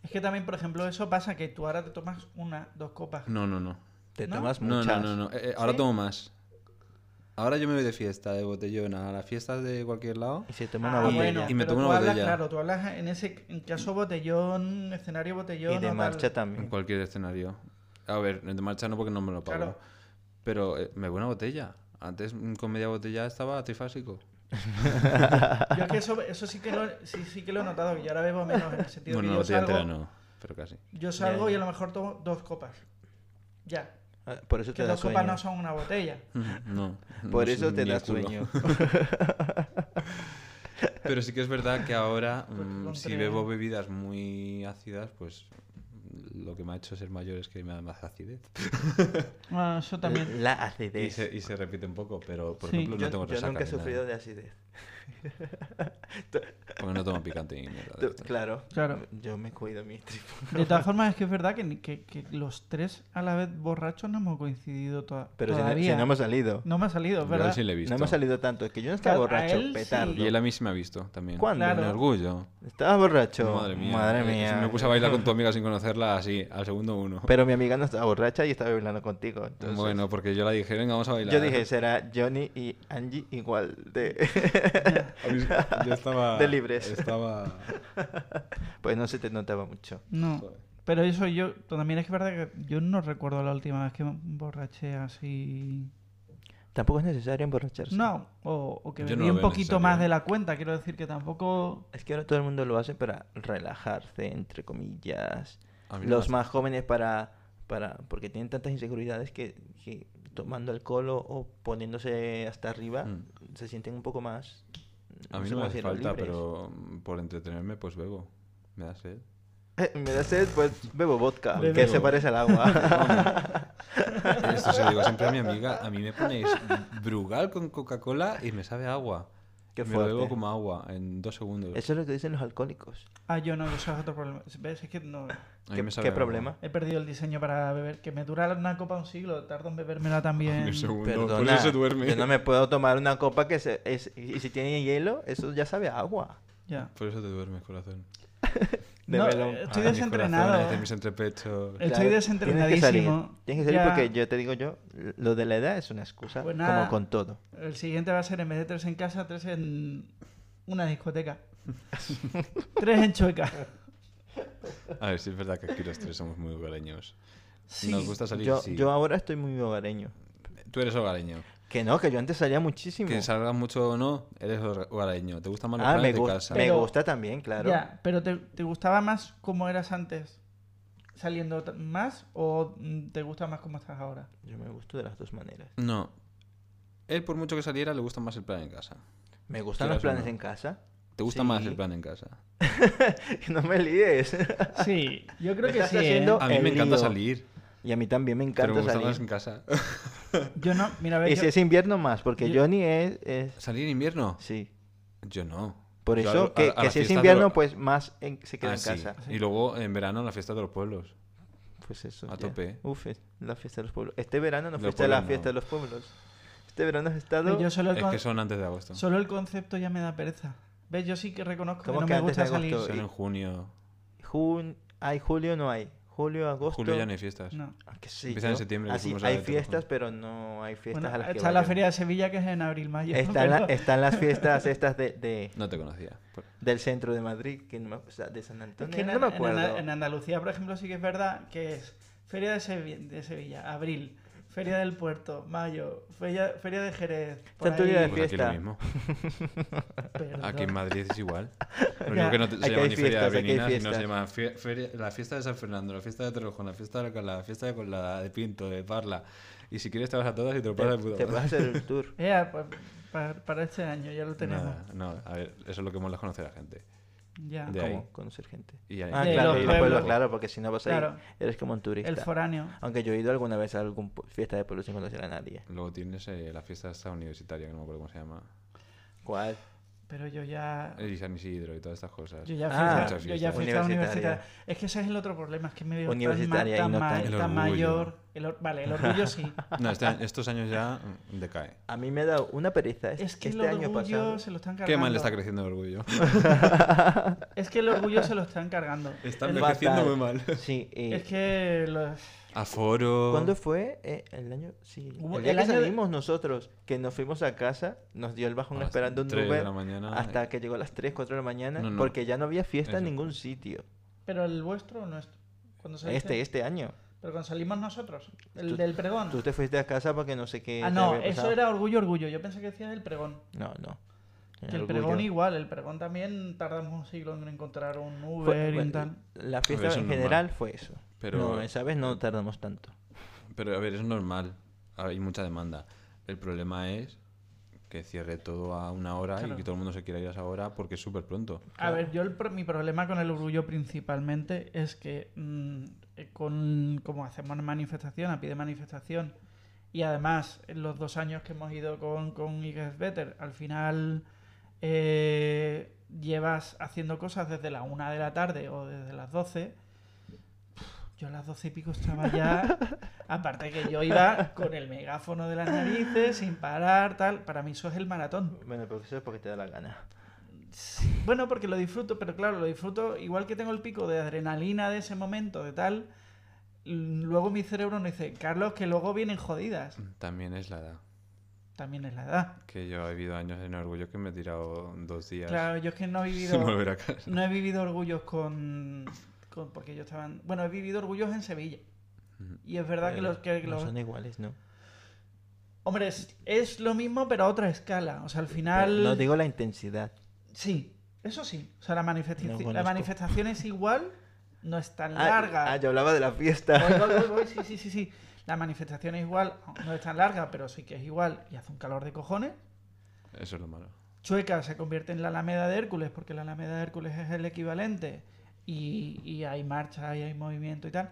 S3: Es que también, por ejemplo, eso pasa que tú ahora te tomas una, dos copas.
S1: No, no, no.
S2: Te
S3: ¿No?
S2: tomas
S1: No, no,
S2: muchas.
S1: no, no. Eh, eh, ahora
S3: ¿Sí?
S1: tomo más. Ahora yo me voy de fiesta, de botellón, a las fiestas de cualquier lado.
S2: Y se toma
S3: Ah,
S2: una botella.
S3: bueno,
S1: Y me
S3: pero
S1: tomo
S3: tú
S1: una
S3: hablas,
S1: botella.
S3: Claro, tú hablas en ese en caso botellón, escenario botellón.
S2: Y
S3: o
S2: de
S3: tal.
S2: marcha
S1: En
S2: también.
S1: cualquier escenario. A ver, de marcha no porque no me lo pago.
S3: Claro.
S1: Pero eh, me voy a una botella. Antes mm, con media botella estaba trifásico.
S3: Yo es que eso, eso sí, que lo, sí, sí que lo he notado, que yo ahora bebo menos en el sentido
S1: bueno,
S3: que
S1: una
S3: yo
S1: botella
S3: salgo,
S1: entera no, pero casi.
S3: yo salgo
S2: Ya, ya.
S3: y a lo mejor tomo dos copas. Ya.
S2: Ah, Por eso te
S3: Que
S2: da
S3: dos copas
S2: sueño.
S3: no son una botella.
S1: No. no
S2: Por
S1: Mm, es
S2: eso te
S1: ni
S2: da
S1: el culo.
S2: sueño.
S1: Pero sí que es verdad que ahora,
S2: Pues
S3: Porque
S1: mm,
S3: con
S1: si
S3: tres-
S1: bebo bebidas muy ácidas, pues lo que me ha hecho ser mayor es que me da más acidez.
S3: Ah, eso también.
S2: La
S1: Y
S2: acidez.
S1: se, y se repite un poco, pero por
S3: Sí.
S1: ejemplo no
S2: Yo,
S1: tengo
S2: yo
S1: resaca
S2: nunca he
S1: ni nada,
S2: sufrido de acidez.
S1: Porque no tomo picante ni mierda. de
S2: Tú-
S1: esto.
S2: claro.
S3: Claro.
S2: Yo me cuido mi tripo.
S3: De todas formas, es que es verdad que, ni- que, que los tres a la vez borrachos no hemos coincidido toda-
S2: Pero si no, si
S3: todavía.
S2: no hemos salido.
S3: No me ha salido, es
S1: Yo a
S3: ¿verdad?
S1: él sí le he visto.
S2: No hemos salido tanto. Es que yo no estaba
S3: Claro, a
S2: borracho,
S3: él sí.
S2: petardo.
S1: Y él a mí sí me ha visto también.
S2: ¿Cuándo?
S1: Con
S3: Claro.
S1: orgullo.
S2: Estaba borracho.
S1: Madre mía.
S2: Madre
S1: Eh,
S2: mía.
S1: Me puse a bailar con tu amiga sin conocerla así, al segundo uno.
S2: Pero mi amiga no estaba borracha y estaba bailando contigo. entonces-
S1: bueno, porque yo la dije, venga, vamos a bailar.
S2: Yo dije, será Johnny y Angie igual de...
S1: Habéis- yo estaba...
S2: De libres.
S1: Estaba...
S2: pues no se te notaba mucho.
S3: No.
S1: Joder.
S3: Pero eso yo, también es que es verdad que yo no recuerdo la última vez que me emborraché así.
S2: Tampoco es necesario emborracharse.
S3: No, o, o que
S1: Yo
S3: bebí
S1: no lo
S3: un
S1: veo
S3: poquito
S1: necesario,
S3: más
S1: ¿eh?
S3: de la cuenta, quiero decir que tampoco.
S2: Es que ahora todo el mundo lo hace para relajarse, entre comillas.
S1: A mí no
S2: los
S1: me
S2: más jóvenes para, para porque tienen tantas inseguridades que, que tomando alcohol o, o poniéndose hasta arriba
S1: Mm.
S2: se sienten un poco más
S1: A
S2: no
S1: mí
S2: sé
S1: no me
S2: cómo
S1: hace
S2: decirlo,
S1: falta,
S2: libres.
S1: pero mm, por entretenerme, pues bebo. Me da sed.
S2: me da sed pues bebo vodka
S3: Bebe
S2: que se
S1: vodka.
S2: parece al agua
S1: Esto se lo digo siempre a mi amiga. A mí me ponéis Brugal con Coca-Cola y me sabe a agua.
S2: Qué
S1: me lo bebo
S2: fuerte.
S1: como agua en dos segundos.
S2: eso es lo que dicen los alcohólicos
S3: Ah, yo no, eso es otro problema. ¿Ves? Es que no.
S1: A mí
S2: ¿Qué,
S1: me sabe
S2: qué
S1: a agua.
S2: problema?
S3: He perdido el diseño para beber, que me dura una copa un siglo, tardo en bebérmela también.
S1: Un segundo, por
S2: Perdona,
S1: eso se duerme.
S2: yo no me puedo tomar una copa que se, es, y si tiene hielo, eso ya sabe a agua.
S3: Ya.
S1: Por eso te duermes, corazón. Ah,
S2: De Ah,
S3: No,
S2: melón.
S3: eh,
S1: Ay,
S3: estoy
S1: mis corazones,
S3: desentrenado.
S2: este
S1: De mis entrepechos.
S3: Estoy
S2: Claro,
S3: desentrenadísimo.
S2: Tienes que salir, tienes que salir
S3: Ya.
S2: porque yo te digo yo, lo de la edad es una excusa,
S3: Pues nada.
S2: como con todo.
S3: El siguiente va a ser en vez de tres en casa, tres en una discoteca. tres en Chueca.
S1: A ver, sí es verdad que aquí los tres somos muy hogareños.
S3: Sí.
S1: Nos gusta salir,
S2: Yo,
S1: sí.
S2: yo ahora estoy muy hogareño.
S1: Tú eres hogareño.
S2: Que no, que yo antes salía muchísimo.
S1: Que salgas mucho o no, eres hogareño. Te gusta más los
S2: Ah, me,
S1: planes de
S2: gu-
S1: casa.
S2: me
S3: Pero-
S2: gusta también, claro.
S3: Ya, pero te, ¿te gustaba más como eras antes? ¿Saliendo t- más o mm, te gusta más como estás ahora?
S2: Yo me gusto de las dos maneras.
S1: No. Él, por mucho que saliera, le gusta más el plan en casa.
S2: Me gustan
S1: Quieras
S2: los
S1: o
S2: planes
S1: no.
S2: en casa.
S1: ¿Te gusta
S2: Sí.
S1: más el plan en casa?
S2: no me líes.
S3: Sí, yo
S2: creo Me que
S3: creo que
S2: estás
S3: sí.
S2: sí, ¿eh? haciendo-
S1: A mí
S2: El
S1: me encanta
S2: lío.
S1: salir,
S2: y a mí también me
S1: pero me
S2: encanta
S1: gusta
S2: salir.
S1: más en casa.
S3: Ah, Yo no, mira, a ver,
S2: Y
S3: yo-
S2: si es invierno más, porque
S3: Yo-
S2: Johnny es, es-
S1: ¿Salir en invierno?
S2: Sí.
S1: Yo no.
S2: Por
S1: Yo
S2: eso,
S1: a-
S2: que,
S1: a- a
S2: que
S1: las
S2: si es
S1: fiestas de
S2: invierno,
S1: los-
S2: pues más en- se queda
S1: Ah,
S2: en
S1: sí.
S2: casa.
S1: Y luego en verano en la fiesta de los pueblos.
S2: Pues eso.
S1: A
S2: ya.
S1: tope.
S2: Uf, es la fiesta de los pueblos. Este verano no
S1: Los
S2: fuiste a la
S1: pueblos no.
S2: fiesta de los pueblos. Este verano has
S3: yo
S2: estado.
S3: solo, el
S1: Es
S3: con-
S1: que son antes de agosto.
S3: solo el concepto ya me da pereza. ¿Ves? Yo sí que reconozco que
S2: ¿Cómo
S3: no
S2: que
S3: me
S2: antes
S3: gusta
S2: de
S3: salir.
S2: agosto?
S1: Son en junio.
S2: Jun... Ay, julio no hay. Julio, agosto.
S1: Julio ya no hay fiestas.
S3: No.
S2: Ah, que sí,
S1: Empiezan en
S2: yo-
S1: septiembre, que
S2: Así,
S1: fuimos a
S2: hay
S1: Torrejón.
S2: fiestas, pero no hay fiestas
S3: Bueno,
S2: a las que
S3: está la
S2: vayamos.
S3: feria de Sevilla que es en abril-mayo.
S2: Están, la-
S3: pero-
S2: están las fiestas estas de, de-
S1: No te conocía. Por-
S2: del centro de Madrid, que no me- o sea, de San
S3: Es
S2: Antonio.
S3: que en,
S2: no me
S3: en- en-
S2: acuerdo.
S3: en Andalucía, por ejemplo, sí que es verdad que es Feria de, Sevi- de Sevilla, abril, Feria del Puerto, mayo, Feria, feria de Jerez. por
S2: Santuario
S3: ahí-
S2: de
S1: Pues aquí lo
S2: fiesta.
S1: mismo.
S3: Perdón.
S1: Aquí en Madrid es igual. Lo
S3: Ya.
S1: único que no te- se
S2: Aquí
S1: llama
S2: hay
S1: ni feria de
S2: fiestas, aquí hay
S1: Avenidas, sino se
S2: fiestas.
S1: llama fie- feria- la fiesta de San Fernando, la fiesta de Torrejón, la fiesta de Alcalá, la fiesta de Colada, de Pinto, de Parla. Y si quieres te vas a todas y te lo pasas de
S2: Te,
S1: puta
S2: te vas a
S1: madre.
S2: hacer el tour.
S3: Eh, pues, para, para este año ya lo tenemos.
S1: Nada, no, a ver, eso es lo que mola conocer a la gente.
S3: Ya.
S1: De ahí.
S2: ¿Cómo? Conocer gente.
S1: Y ahí-
S2: Ah,
S3: De
S2: claro,
S3: los
S2: y los pueblos,
S3: pueblos.
S2: claro, porque si no vas ahí,
S3: Claro.
S2: eres como un turista.
S3: El foráneo.
S2: Aunque yo he ido alguna vez a alguna fiesta de pueblo sin conocer a nadie.
S1: Luego tienes eh, la fiesta esta universitaria, que no me acuerdo cómo se llama.
S2: ¿Cuál?
S3: Pero yo ya.
S1: Y San Isidro y todas estas cosas.
S3: Yo ya fui,
S2: Ah,
S3: a- yo
S1: muchas
S3: ya fui a la
S2: fiestas.
S3: universidad. Es que ese es el otro problema, es que me veo tan
S2: Universitaria y
S3: ma- tan,
S2: no
S3: ma-
S2: tan-
S1: El
S3: tan
S1: orgullo.
S3: mayor. El or- Vale, el orgullo sí.
S1: No, este- estos años ya mm, decae.
S2: A mí me ha dado una pereza. Es-
S3: Es que
S2: este
S3: el
S2: año
S3: orgullo
S2: pasado.
S3: se lo están cargando.
S1: Qué mal le está creciendo el orgullo.
S3: Es que el orgullo se lo están cargando.
S1: Está
S3: El-
S1: envejeciendo
S2: fatal.
S1: muy mal.
S2: Sí, y-
S3: Es que los-
S1: Aforo.
S2: ¿Cuándo fue? Eh, el año. Sí.
S3: Hubo-
S2: el día
S3: el
S2: que
S3: año de-
S2: salimos nosotros, que nos fuimos a casa, nos dio el
S1: A
S2: bajón
S1: las
S2: esperando un
S1: tres de
S2: Uber
S1: la mañana.
S2: hasta que llegó a las 3, 4 de la mañana,
S1: No, no.
S2: porque ya no había fiesta en
S1: Eso.
S2: ningún sitio.
S3: Pero el vuestro o nuestro. Cuando se
S2: Este,
S3: dice-
S2: este año.
S3: Pero cuando salimos nosotros. El
S2: Tú-
S3: del pregón.
S2: Tú te fuiste a casa porque no sé qué.
S3: ah,
S2: te
S3: no,
S2: había
S3: eso
S2: pasado.
S3: era orgullo, orgullo. Yo pensé que decías el pregón.
S2: No, no.
S3: Que el
S2: Orgullo.
S3: pregón igual, el pregón también tardamos un siglo en encontrar un Uber
S2: Fue-
S3: y
S2: bueno,
S3: un tal.
S2: La fiesta
S1: eso
S2: en
S1: es normal.
S2: general fue eso.
S1: Pero-
S2: No, esa vez no tardamos tanto.
S1: Pero a ver, es normal. Hay mucha demanda. El problema es que cierre todo a una hora y
S3: Claro.
S1: que todo el mundo se quiera ir a esa hora porque es súper pronto.
S3: A ver, yo el pro- mi problema con el orgullo principalmente es que mm, eh, con como hacemos una manifestación, a pie de manifestación, y además en los dos años que hemos ido con, con I Guess Better, al final eh, llevas haciendo cosas desde la una de la tarde o desde las 12. Yo a las doce y pico estaba ya. Aparte que yo iba con el megáfono de las narices, sin parar, tal. Para mí eso es el maratón.
S2: Bueno, pero eso es porque te da la gana.
S3: Sí, Bueno, porque lo disfruto, pero claro, lo disfruto igual que tengo el pico de adrenalina de ese momento, de tal. l- Luego mi cerebro me dice, Carlos, que luego vienen jodidas.
S1: También es la edad.
S3: También es la edad.
S1: Que yo he vivido años en orgullo que me he tirado dos días
S3: Claro, yo es que no he vivido,
S1: sin volver a casa.
S3: no he vivido orgullos con, con- porque yo estaba, en- bueno, he vivido orgullos en Sevilla. Y es verdad que
S2: Pero
S3: los que
S2: Pues, no
S3: los,
S2: son iguales, ¿no?
S3: hombre, es, es lo mismo pero a otra escala. O sea, al final,
S2: No digo la intensidad.
S3: sí, eso sí. O sea, la, manifestación
S2: No
S3: la
S2: conozco.
S3: manifestación es igual, no es tan
S2: Ah,
S3: larga.
S2: Ah, yo hablaba de la
S3: Voy,
S2: fiesta.
S3: voy, voy, voy, sí, sí, sí, sí. La manifestación es igual, no es tan larga, pero sí que es igual y hace un calor de cojones.
S1: Eso es lo malo.
S3: Chueca se convierte en la Alameda de Hércules, porque la Alameda de Hércules es el equivalente, y, y hay marcha y hay movimiento y tal.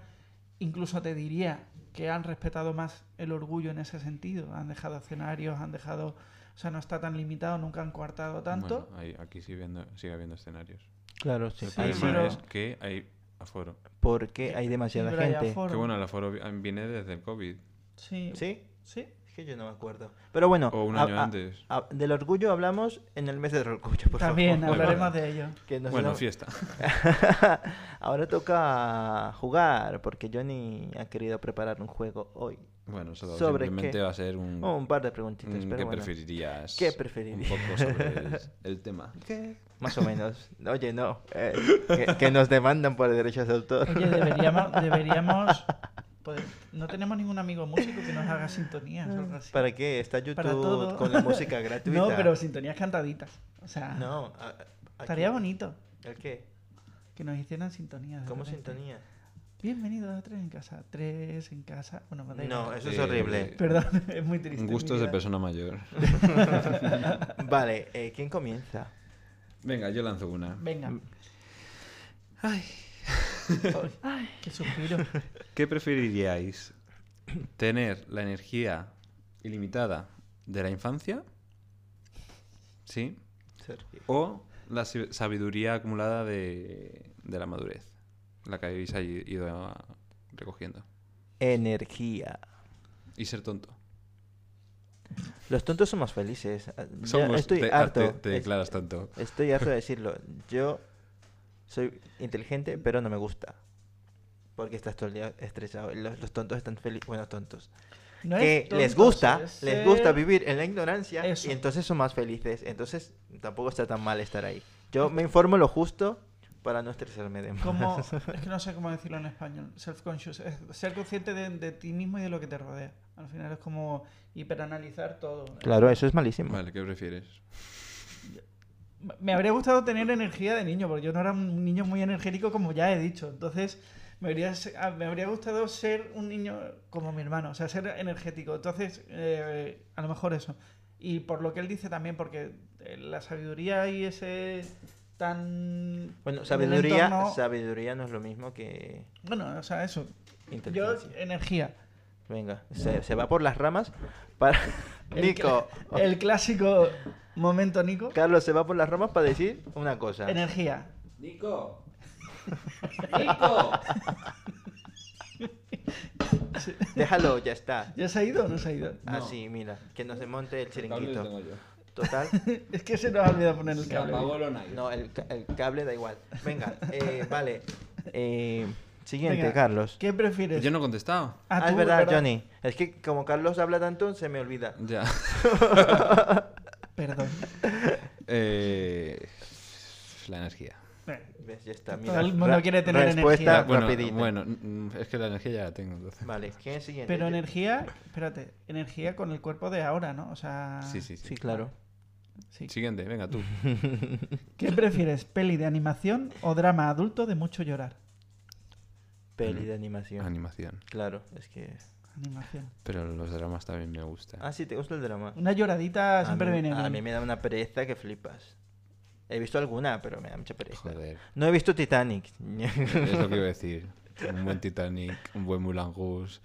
S3: Incluso te diría que han respetado más el orgullo en ese sentido. Han dejado escenarios, han dejado. O sea, no está tan limitado, nunca han coartado tanto.
S1: Bueno, ahí- aquí sigue habiendo, sigue habiendo escenarios.
S2: Claro, sí.
S1: el
S3: pero-
S1: problema es que hay aforo.
S2: Porque hay demasiada
S3: Siempre hay
S2: gente.
S3: aforo.
S1: Que bueno, el aforo vi- viene desde el COVID.
S3: Sí.
S2: ¿Sí?
S3: Sí.
S2: Es que yo no me acuerdo. Pero bueno,
S1: O un
S2: a-
S1: año
S2: a-
S1: antes.
S2: a- del orgullo hablamos en el mes del orgullo, por
S3: También ah.
S2: favor.
S3: hablaremos de ello.
S2: Que nos
S1: bueno,
S2: damos-
S1: fiesta.
S2: Ahora toca jugar, porque Johnny ha querido preparar un juego hoy.
S1: Bueno, solo
S2: ¿Sobre
S1: simplemente
S2: qué?
S1: va a ser un...
S2: Oh, un par de
S1: un
S2: preguntitas, pero
S1: Mm. ¿Qué
S2: bueno.
S1: preferirías?
S2: ¿Qué preferirías?
S1: Un poco sobre el, el tema.
S2: Más o menos. Oye, no. eh, que, que nos demandan por derechos de autor.
S3: Oye, deberíamos. deberíamos poder- no tenemos ningún amigo músico que nos haga sintonías o algo así.
S2: ¿Para qué? Está
S3: Para
S2: YouTube
S3: todo.
S2: con la música gratuita.
S3: No, pero sintonías cantaditas. O sea,
S2: No. a- a-
S3: Ah. estaría
S2: aquí-
S3: bonito
S2: ¿El qué?
S3: que nos hicieran sintonías. de
S2: ¿Cómo
S3: repente.
S2: sintonía?
S3: Bienvenidos a Tres en Casa. Tres en Casa. Bueno, me da
S2: No,
S3: igual.
S2: eso es
S1: Eh,
S2: horrible.
S3: Perdón, es muy triste.
S1: Gustos de
S3: mi vida.
S1: persona mayor.
S2: Vale, eh, ¿quién comienza?
S1: Venga, yo lanzo una.
S3: Venga.
S1: Ay.
S3: Ay, qué suspiro.
S1: ¿Qué preferiríais? ¿Tener la energía ilimitada de la infancia? ¿Sí?
S2: Sergio.
S1: ¿O la si- sabiduría acumulada de, de la madurez? La que habéis ahí ido a- recogiendo.
S2: Energía.
S1: Y ser tonto.
S2: Los tontos somos felices. Ah, ya
S1: Somos-
S2: estoy
S1: te, ah,
S2: harto.
S1: te- te
S2: Es-
S1: declaras tonto.
S2: Estoy harto de decirlo. Yo soy inteligente, pero no me gusta. Porque estás todo el día estresado. Los, los tontos están felices. Bueno, tontos.
S3: No
S2: que
S3: es tonto,
S2: les gusta,
S3: es
S2: les
S3: ser-
S2: gusta vivir en la ignorancia
S3: Eso.
S2: y entonces son más felices. Entonces tampoco está tan mal estar ahí. Yo me informo lo justo para no estresarme de más.
S3: Como, es que no sé cómo decirlo en español. Self-conscious. Es ser consciente de, de ti mismo y de lo que te rodea. Al final es como hiperanalizar todo.
S2: Claro, eso es malísimo.
S1: Vale, ¿qué prefieres?
S3: Me habría gustado tener energía de niño, porque yo no era un niño muy energético, como ya he dicho. Entonces, me habría, se- ah, me habría gustado ser un niño como mi hermano, o sea, ser energético. Entonces, eh, a lo mejor eso. Y por lo que él dice también, porque eh, la sabiduría y ese tan... en
S2: Bueno,
S3: el
S2: sabiduría,
S3: entorno-
S2: sabiduría no es lo mismo que
S3: Bueno, o sea, eso. Yo, eh,
S2: inteligencia.
S3: energía.
S2: Venga, se, se va por las ramas para
S3: El
S2: Nico.
S3: cla- El clásico momento, Nico.
S2: Carlos se va por las ramas para decir una cosa.
S3: Energía.
S1: Nico. Nico.
S2: Déjalo, ya está.
S3: ¿Ya se ha ido o no se ha ido?
S2: Así, mira, que nos desmonte el chiringuito. Total.
S3: Es que se nos ha olvidado poner el cable.
S2: No, el, ca- el cable da igual. Venga, eh, vale. Eh, siguiente,
S3: Venga,
S2: Carlos.
S3: ¿Qué prefieres?
S1: Pues Yo no he contestado.
S3: Ah,
S2: Ah, es
S3: tú,
S2: verdad, Johnny. Es que como Carlos habla tanto, se me olvida.
S1: Ya.
S3: Perdón.
S1: Eh, la energía.
S3: Bueno,
S2: ¿Ves? Ya está.
S3: Todo
S2: mira.
S3: el mundo
S2: Ra-
S3: quiere tener
S2: respuesta
S1: Ya,
S3: energía.
S1: bueno,
S2: rapidita.
S1: bueno, mm, es que la energía ya la tengo. entonces.
S2: Vale, ¿quién es el siguiente?
S3: Pero energía, espérate, energía con el cuerpo de ahora, ¿no? O sea.
S1: Sí, sí, sí,
S2: Sí, claro.
S3: sí.
S1: Siguiente, venga tú.
S3: ¿Qué prefieres, peli de animación o drama adulto de mucho llorar?
S2: Peli de animación.
S1: Animación.
S2: Claro, es que...
S3: Animación.
S1: Pero los dramas también me gustan.
S2: Ah, sí, ¿te gusta el drama?
S3: Una lloradita
S2: a
S3: siempre
S2: mí,
S3: viene
S2: a
S3: bien.
S2: mí me da una pereza que flipas. He visto alguna, pero me da mucha pereza.
S1: Joder,
S2: No he visto Titanic.
S1: es lo que iba a decir. Un buen Titanic, un buen Mulan Rouge.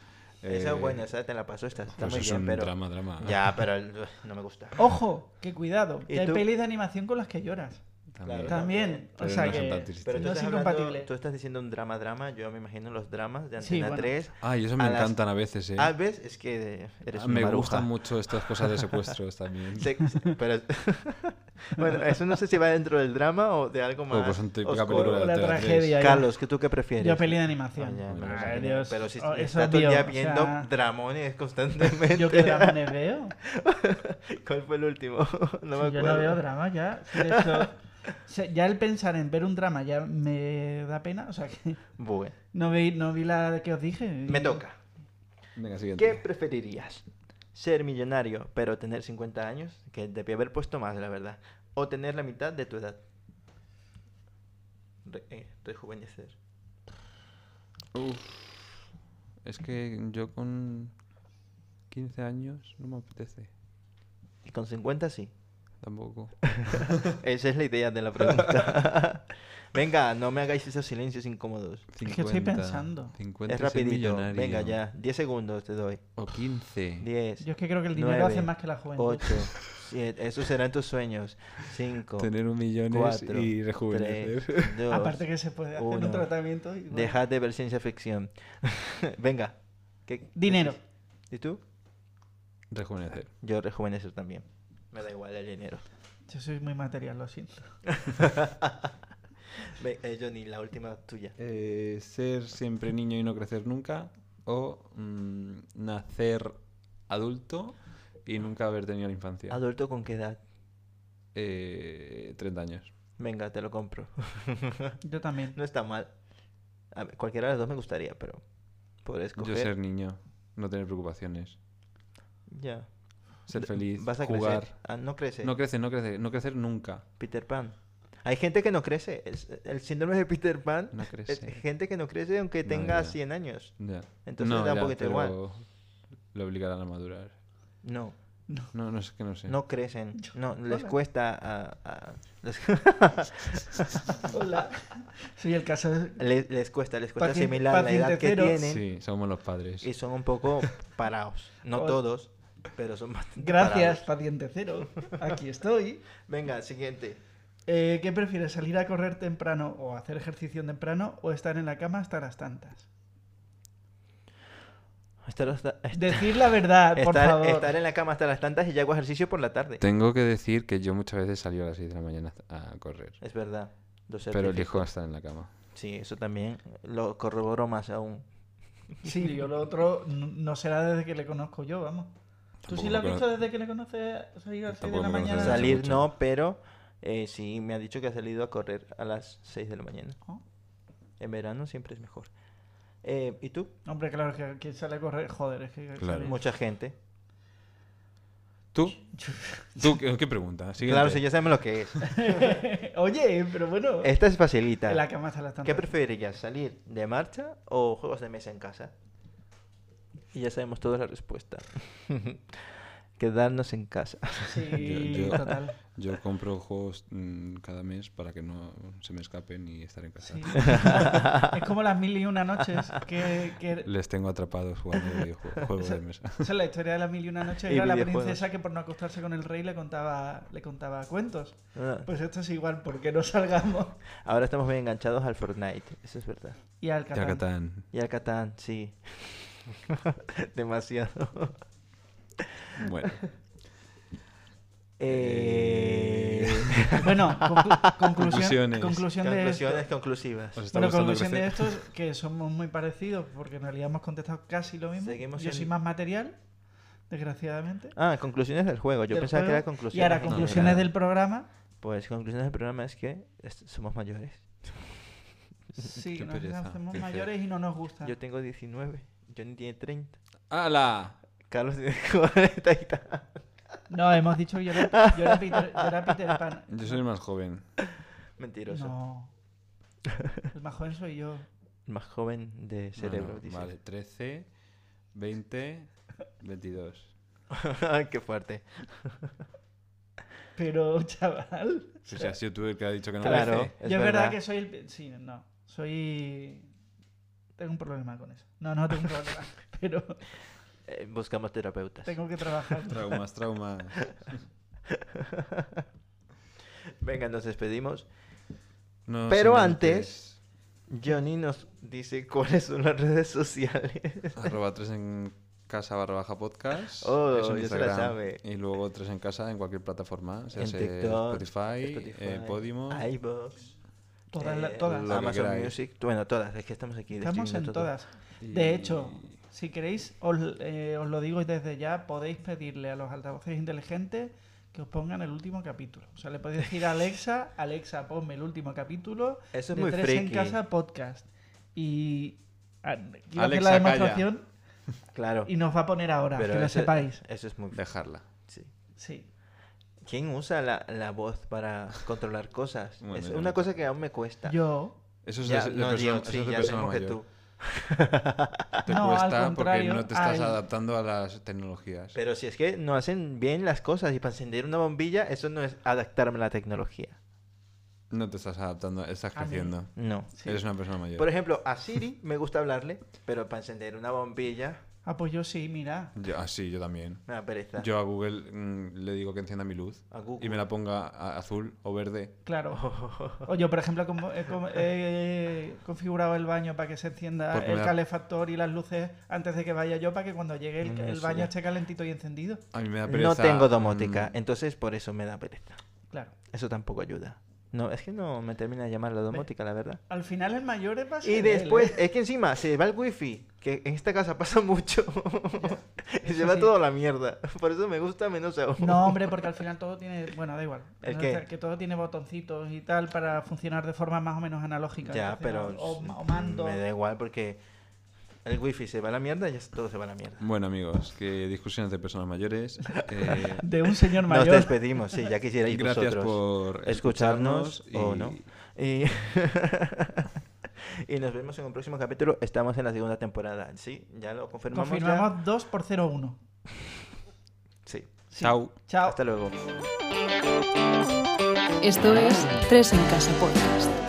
S2: Esa es
S1: eh,
S2: buena, esa te la paso, está, está
S1: pues
S2: muy
S1: es
S2: bien,
S1: un
S2: pero...
S1: drama, drama.
S2: Ya, pero el- no me gusta.
S3: Ojo, que cuidado,
S2: ¿Y
S3: que hay
S2: tú?
S3: pelis de animación con las que lloras.
S1: También.
S2: Yo claro.
S3: También.
S1: Pero
S3: o sea
S1: no son
S3: que.
S1: tan tristes.
S2: Pero tú,
S3: no es
S2: estás hablando-
S3: incompatible.
S2: tú estás diciendo un drama, drama. Yo me imagino los dramas de
S3: Sí,
S2: Antena
S3: bueno.
S2: 3.
S1: Ay, eso me
S2: A las-
S1: encantan a veces, eh.
S2: Ah, ¿ves? Es que eres
S1: Ah,
S2: un
S1: me
S2: maruja.
S1: gustan mucho estas cosas de secuestros también.
S2: Se- se- pero- bueno, eso no sé si va dentro del drama o de algo más.
S1: pues son típica
S2: oscuro.
S1: película
S3: O
S1: de
S3: la
S1: Antena
S3: tragedia. ya.
S2: Carlos, ¿qué tú qué prefieres?
S3: Yo peli de
S2: Ah,
S3: animación.
S2: ya, me lo
S3: Ay,
S2: imaginé.
S3: Dios.
S2: Pero si
S3: Oh, eso
S2: está todo el día
S3: mío, o
S2: viendo
S3: sea,
S2: dramones constantemente.
S3: Yo que dramones veo.
S2: ¿Cuál fue el último? no me
S3: Sí,
S2: acuerdo.
S3: yo no veo drama ya. Sí, de hecho, o sea, ya el pensar en ver un drama ya me da pena. O sea que
S2: Bueno,
S3: no vi, no vi la que os dije.
S2: me toca.
S1: Venga,
S2: ¿Qué
S1: siguiente.
S2: preferirías? ¿Ser millonario pero tener 50 años? Que debí haber puesto más, la verdad. ¿O tener la mitad de tu edad? Re- eh, rejuvenecer.
S1: Uf. Es que yo con 15 años no me apetece.
S2: Y con 50 sí.
S1: Tampoco.
S2: Esa es la idea de la pregunta. Venga, no me hagáis esos silencios incómodos.
S3: Es que estoy pensando.
S1: 50
S2: es
S1: es
S2: rapidito.
S1: millonario.
S2: Venga ya, 10 segundos te doy.
S1: O 15.
S2: 10,
S3: Yo es que creo que el dinero
S2: Nueve,
S3: hace más que la juventud.
S2: 8, 7, eso será en tus sueños. 5,
S1: Tener un millón
S2: Cuatro,
S1: y rejuvenecer.
S2: 3, 2,
S3: Aparte que se puede hacer
S2: uno.
S3: un tratamiento. Y, bueno.
S2: dejad de ver ciencia ficción. Venga. ¿Qué-
S3: Dinero.
S2: ¿Y tú?
S1: Rejuvenecer.
S2: Yo rejuvenecer también. Me da igual el dinero.
S3: Yo soy muy material, lo siento.
S2: Ve- eh, Johnny, la última tuya.
S1: Eh, ser siempre niño y no crecer nunca. O mm, nacer adulto y nunca haber tenido la infancia.
S2: ¿Adulto con qué edad?
S1: Eh, 30 años.
S2: Venga, te lo compro.
S3: Yo también.
S2: No está mal. A ver, cualquiera de las dos me gustaría, pero por escoger.
S1: Yo ser niño. No tener preocupaciones.
S2: Ya.
S1: Ser
S2: D-
S1: feliz.
S2: Vas a
S1: jugar.
S2: crecer. Ah, no crece.
S1: No crece, no crece. No crecer nunca.
S2: Peter Pan. Hay gente que no crece. Es- el síndrome de Peter Pan
S1: No
S2: es
S1: crece.
S2: gente que no crece aunque
S1: No,
S2: tenga
S1: ya.
S2: 100 años.
S1: Ya.
S2: Entonces da un poquito igual.
S1: Lo obligarán a madurar.
S2: No,
S1: No, no es que no sé.
S2: no crecen. No, les
S3: Hola.
S2: cuesta a- a- les,
S3: Hola. Soy el caso. de-
S2: les, les cuesta, les cuesta
S3: Pacien-
S2: asimilar la edad que
S3: pacienteceros.
S2: tienen
S1: Sí, somos los padres.
S2: y son un poco parados. No
S3: Hola.
S2: todos, pero son bastante
S3: Gracias,
S2: parados.
S3: paciente cero. Aquí estoy.
S2: Venga, siguiente.
S3: Eh, ¿Qué prefieres, salir a correr temprano o hacer ejercicio temprano o estar en la cama hasta las tantas?
S2: Estar hasta-
S3: Decir la verdad, por
S2: estar-
S3: favor.
S2: estar en la cama hasta las tantas y ya hago ejercicio por la tarde.
S1: Tengo que decir que yo muchas veces salí a las 6 de la mañana a correr.
S2: Es verdad. Lo
S1: Pero
S2: certifico.
S1: elijo estar en la cama.
S2: Sí, eso también lo corroboro más aún.
S3: Sí, yo lo otro n- no será desde que le conozco yo, vamos. ¿Tú sí
S1: Tampoco
S3: lo has
S1: me
S3: visto
S1: cono-
S3: desde que le conoces salir a las 6 de
S1: Tampoco
S3: la
S1: me conoces
S3: mañana?
S1: desde
S2: Salir
S1: Ah, mucho.
S2: no, pero eh, sí me ha dicho que ha salido a correr a las 6 de la mañana.
S3: Oh,
S2: En verano siempre es mejor. Eh, ¿Y tú?
S3: Hombre, claro, que, que sale a correr, joder, es que...
S1: Claro.
S3: sale-
S2: Mucha gente.
S1: ¿Tú? ¿Tú? ¿Qué, qué pregunta? Siguiente.
S2: Claro, si ya sabemos lo que es.
S3: Oye, pero bueno,
S2: Esta es facilita.
S3: en la cama hasta las
S2: ¿Qué
S3: tantas.
S2: preferirías, salir de marcha o juegos de mesa en casa? Y ya sabemos toda la respuesta. Quedarnos en casa.
S3: Sí,
S1: Yo- yo-
S3: total.
S1: Yo compro juegos mm, cada mes para que no se me escapen y estar en casa.
S3: sí. es como las mil y una noches que... que-
S1: Les tengo atrapados jugando videojuegos juegos de mesa.
S3: Esa es la historia de las mil y una noches.
S2: Y
S3: Era la
S2: videojuegos.
S3: princesa que por no acostarse con el rey le contaba, le contaba cuentos.
S2: Ah,
S3: Pues esto es igual, porque no salgamos?
S2: Ahora estamos bien enganchados al Fortnite, eso es verdad.
S3: Y al
S1: Ya
S3: Catán.
S1: Catán.
S2: Y al Catán, sí. Demasiado.
S1: Bueno.
S2: Eh,
S3: Bueno, conclu- conclusión,
S1: Conclusiones.
S3: conclusión de esto.
S2: Conclusiones conclusivas.
S1: ¿Os está
S3: Bueno,
S1: gustando
S3: conclusión de
S1: crecer?
S3: esto es que somos muy parecidos, porque en realidad hemos contestado casi lo mismo.
S2: Seguimos
S3: Yo
S2: en-
S3: soy más material, desgraciadamente.
S2: Ah, conclusiones del juego. Yo
S3: del
S2: pensaba que
S3: juego.
S2: era conclusiones.
S3: Y ahora
S2: del
S3: conclusiones
S1: No,
S2: programa.
S3: del programa.
S2: Pues conclusiones del programa es que est- somos mayores.
S3: Sí,
S1: Qué
S3: nos
S1: pereza,
S3: hacemos
S1: qué feo.
S3: mayores y no nos gusta.
S2: Yo tengo 19, Johnny tiene 30,
S1: ¡Hala!
S2: Carlos tiene 40 y tal.
S3: No, hemos dicho que yo era, yo era Peter, yo era Peter Pan.
S1: Yo soy el más joven.
S2: Mentiroso.
S3: No. El más joven soy yo.
S2: El Más joven de
S1: No,
S2: cerebro,
S1: no,
S2: dice.
S1: Vale, 13, 20, 22.
S2: Ay, Qué fuerte.
S3: Pero, chaval.
S1: O sea, has sido tú el que ha dicho que no
S2: Claro.
S1: crece.
S2: Es
S3: yo es
S2: verdad.
S3: verdad que soy el. Sí, no. Soy. Tengo un problema con eso. No, no tengo un problema. Pero
S2: Eh, buscamos terapeutas.
S3: tengo que trabajar.
S1: Traumas, traumas.
S2: Venga, nos despedimos.
S1: No,
S2: Pero
S1: sin
S2: antes- Johnny nos dice cuáles son las redes sociales.
S1: Arroba 3 en casa barra baja podcast.
S2: Oh,
S1: Eso en
S2: ya se la
S1: Instagram.
S2: sabe.
S1: Y luego 3 en casa en cualquier plataforma. Se
S2: En
S1: hace
S2: TikTok,
S1: Spotify, eh, Podimo.
S2: iVoox,
S3: Todas,
S2: eh,
S3: la- todas.
S1: lo que
S2: Amazon
S1: queráis.
S2: Music. Bueno, todas. Es que estamos aquí.
S3: Estamos en
S2: destruyendo todo.
S3: todas.
S1: y-
S3: De hecho, si queréis, os, eh, os lo digo desde ya, podéis pedirle a los altavoces inteligentes que os pongan el último capítulo. O sea, le podéis decir a Alexa, Alexa, ponme el último capítulo
S2: Eso es
S3: de
S2: muy
S3: Tres en
S2: friki.
S3: casa podcast. Y ah, quiero hacer
S1: Alexa,
S3: la
S1: calla.
S3: demostración
S2: Claro.
S3: y nos va a poner ahora, que lo
S2: eso-
S3: sepáis.
S2: Eso es muy friki.
S1: Dejarla.
S2: sí.
S3: Sí.
S2: ¿Quién usa la, la voz para controlar cosas?
S1: Bueno,
S2: es
S1: yo
S2: una
S1: no.
S2: cosa que aún me cuesta.
S3: Yo,
S1: Eso es
S2: Ya,
S1: de, de
S2: no,
S1: persona-
S2: Diego,
S1: eso
S2: sí,
S1: es de
S2: ya
S1: persona
S2: sabemos que
S1: mayor.
S2: tú.
S1: Te
S3: No, al
S1: cuesta porque
S3: contrario,
S1: no te estás
S3: al-
S1: adaptando a las tecnologías.
S2: Pero si es que no hacen bien las cosas y para encender una bombilla, eso no es adaptarme a la tecnología.
S1: No te estás adaptando, estás
S3: A mí.
S1: creciendo.
S2: No.
S3: Sí.
S1: Eres una persona mayor.
S2: Por ejemplo, a Siri me gusta hablarle, pero para encender una bombilla
S3: Ah, pues yo sí, mira.
S1: Yo- ah, sí, yo también.
S2: me da pereza.
S1: Yo a Google mm, le digo que encienda mi luz
S2: A Google.
S1: y me la ponga a- azul o verde.
S3: Claro. O yo, por ejemplo, como he, com- he configurado el baño para que se encienda
S1: Porque me
S3: el
S1: da-
S3: calefactor y las luces antes de que vaya yo, para que cuando llegue el,
S2: Mm,
S3: el
S2: eso
S3: baño
S2: ya.
S3: esté calentito y encendido.
S1: A mí me da pereza.
S2: no tengo
S1: mm,
S2: domótica, entonces por eso me da pereza.
S3: Claro.
S2: Eso tampoco ayuda. No, es que no me termina de llamar la domótica, la verdad.
S3: Al final el mayor es ¿eh? más.
S2: Y después, es que encima se va el wifi, que en esta casa pasa mucho. y se
S3: eso
S2: va
S3: sí.
S2: todo a la mierda. Por eso me gusta menos aún.
S3: No, hombre, porque al final todo tiene. Bueno, da igual.
S2: ¿El
S3: O
S2: qué?
S3: sea, Que todo tiene botoncitos y tal para funcionar de forma más o menos analógica.
S2: Ya,
S3: Entonces,
S2: pero
S3: O, o mando.
S2: me da igual porque el wifi se va a la mierda y ya todo se va a la
S3: Mm,
S2: mierda.
S1: Bueno, amigos, que discusiones de personas mayores. eh,
S3: De un señor
S2: Nos
S3: mayor.
S2: despedimos, sí, ya quisierais
S1: gracias
S2: vosotros
S1: por
S2: escucharnos,
S1: y-
S2: o no. Y... y nos vemos en un próximo capítulo. Estamos en la segunda temporada, ¿sí? Ya lo confirmamos. ya?
S3: Confirmamos 2 por 01.
S2: Sí.
S3: Sí.
S1: Chao.
S3: Chao.
S2: Hasta luego.
S4: Esto es Tres en Casa Podcast.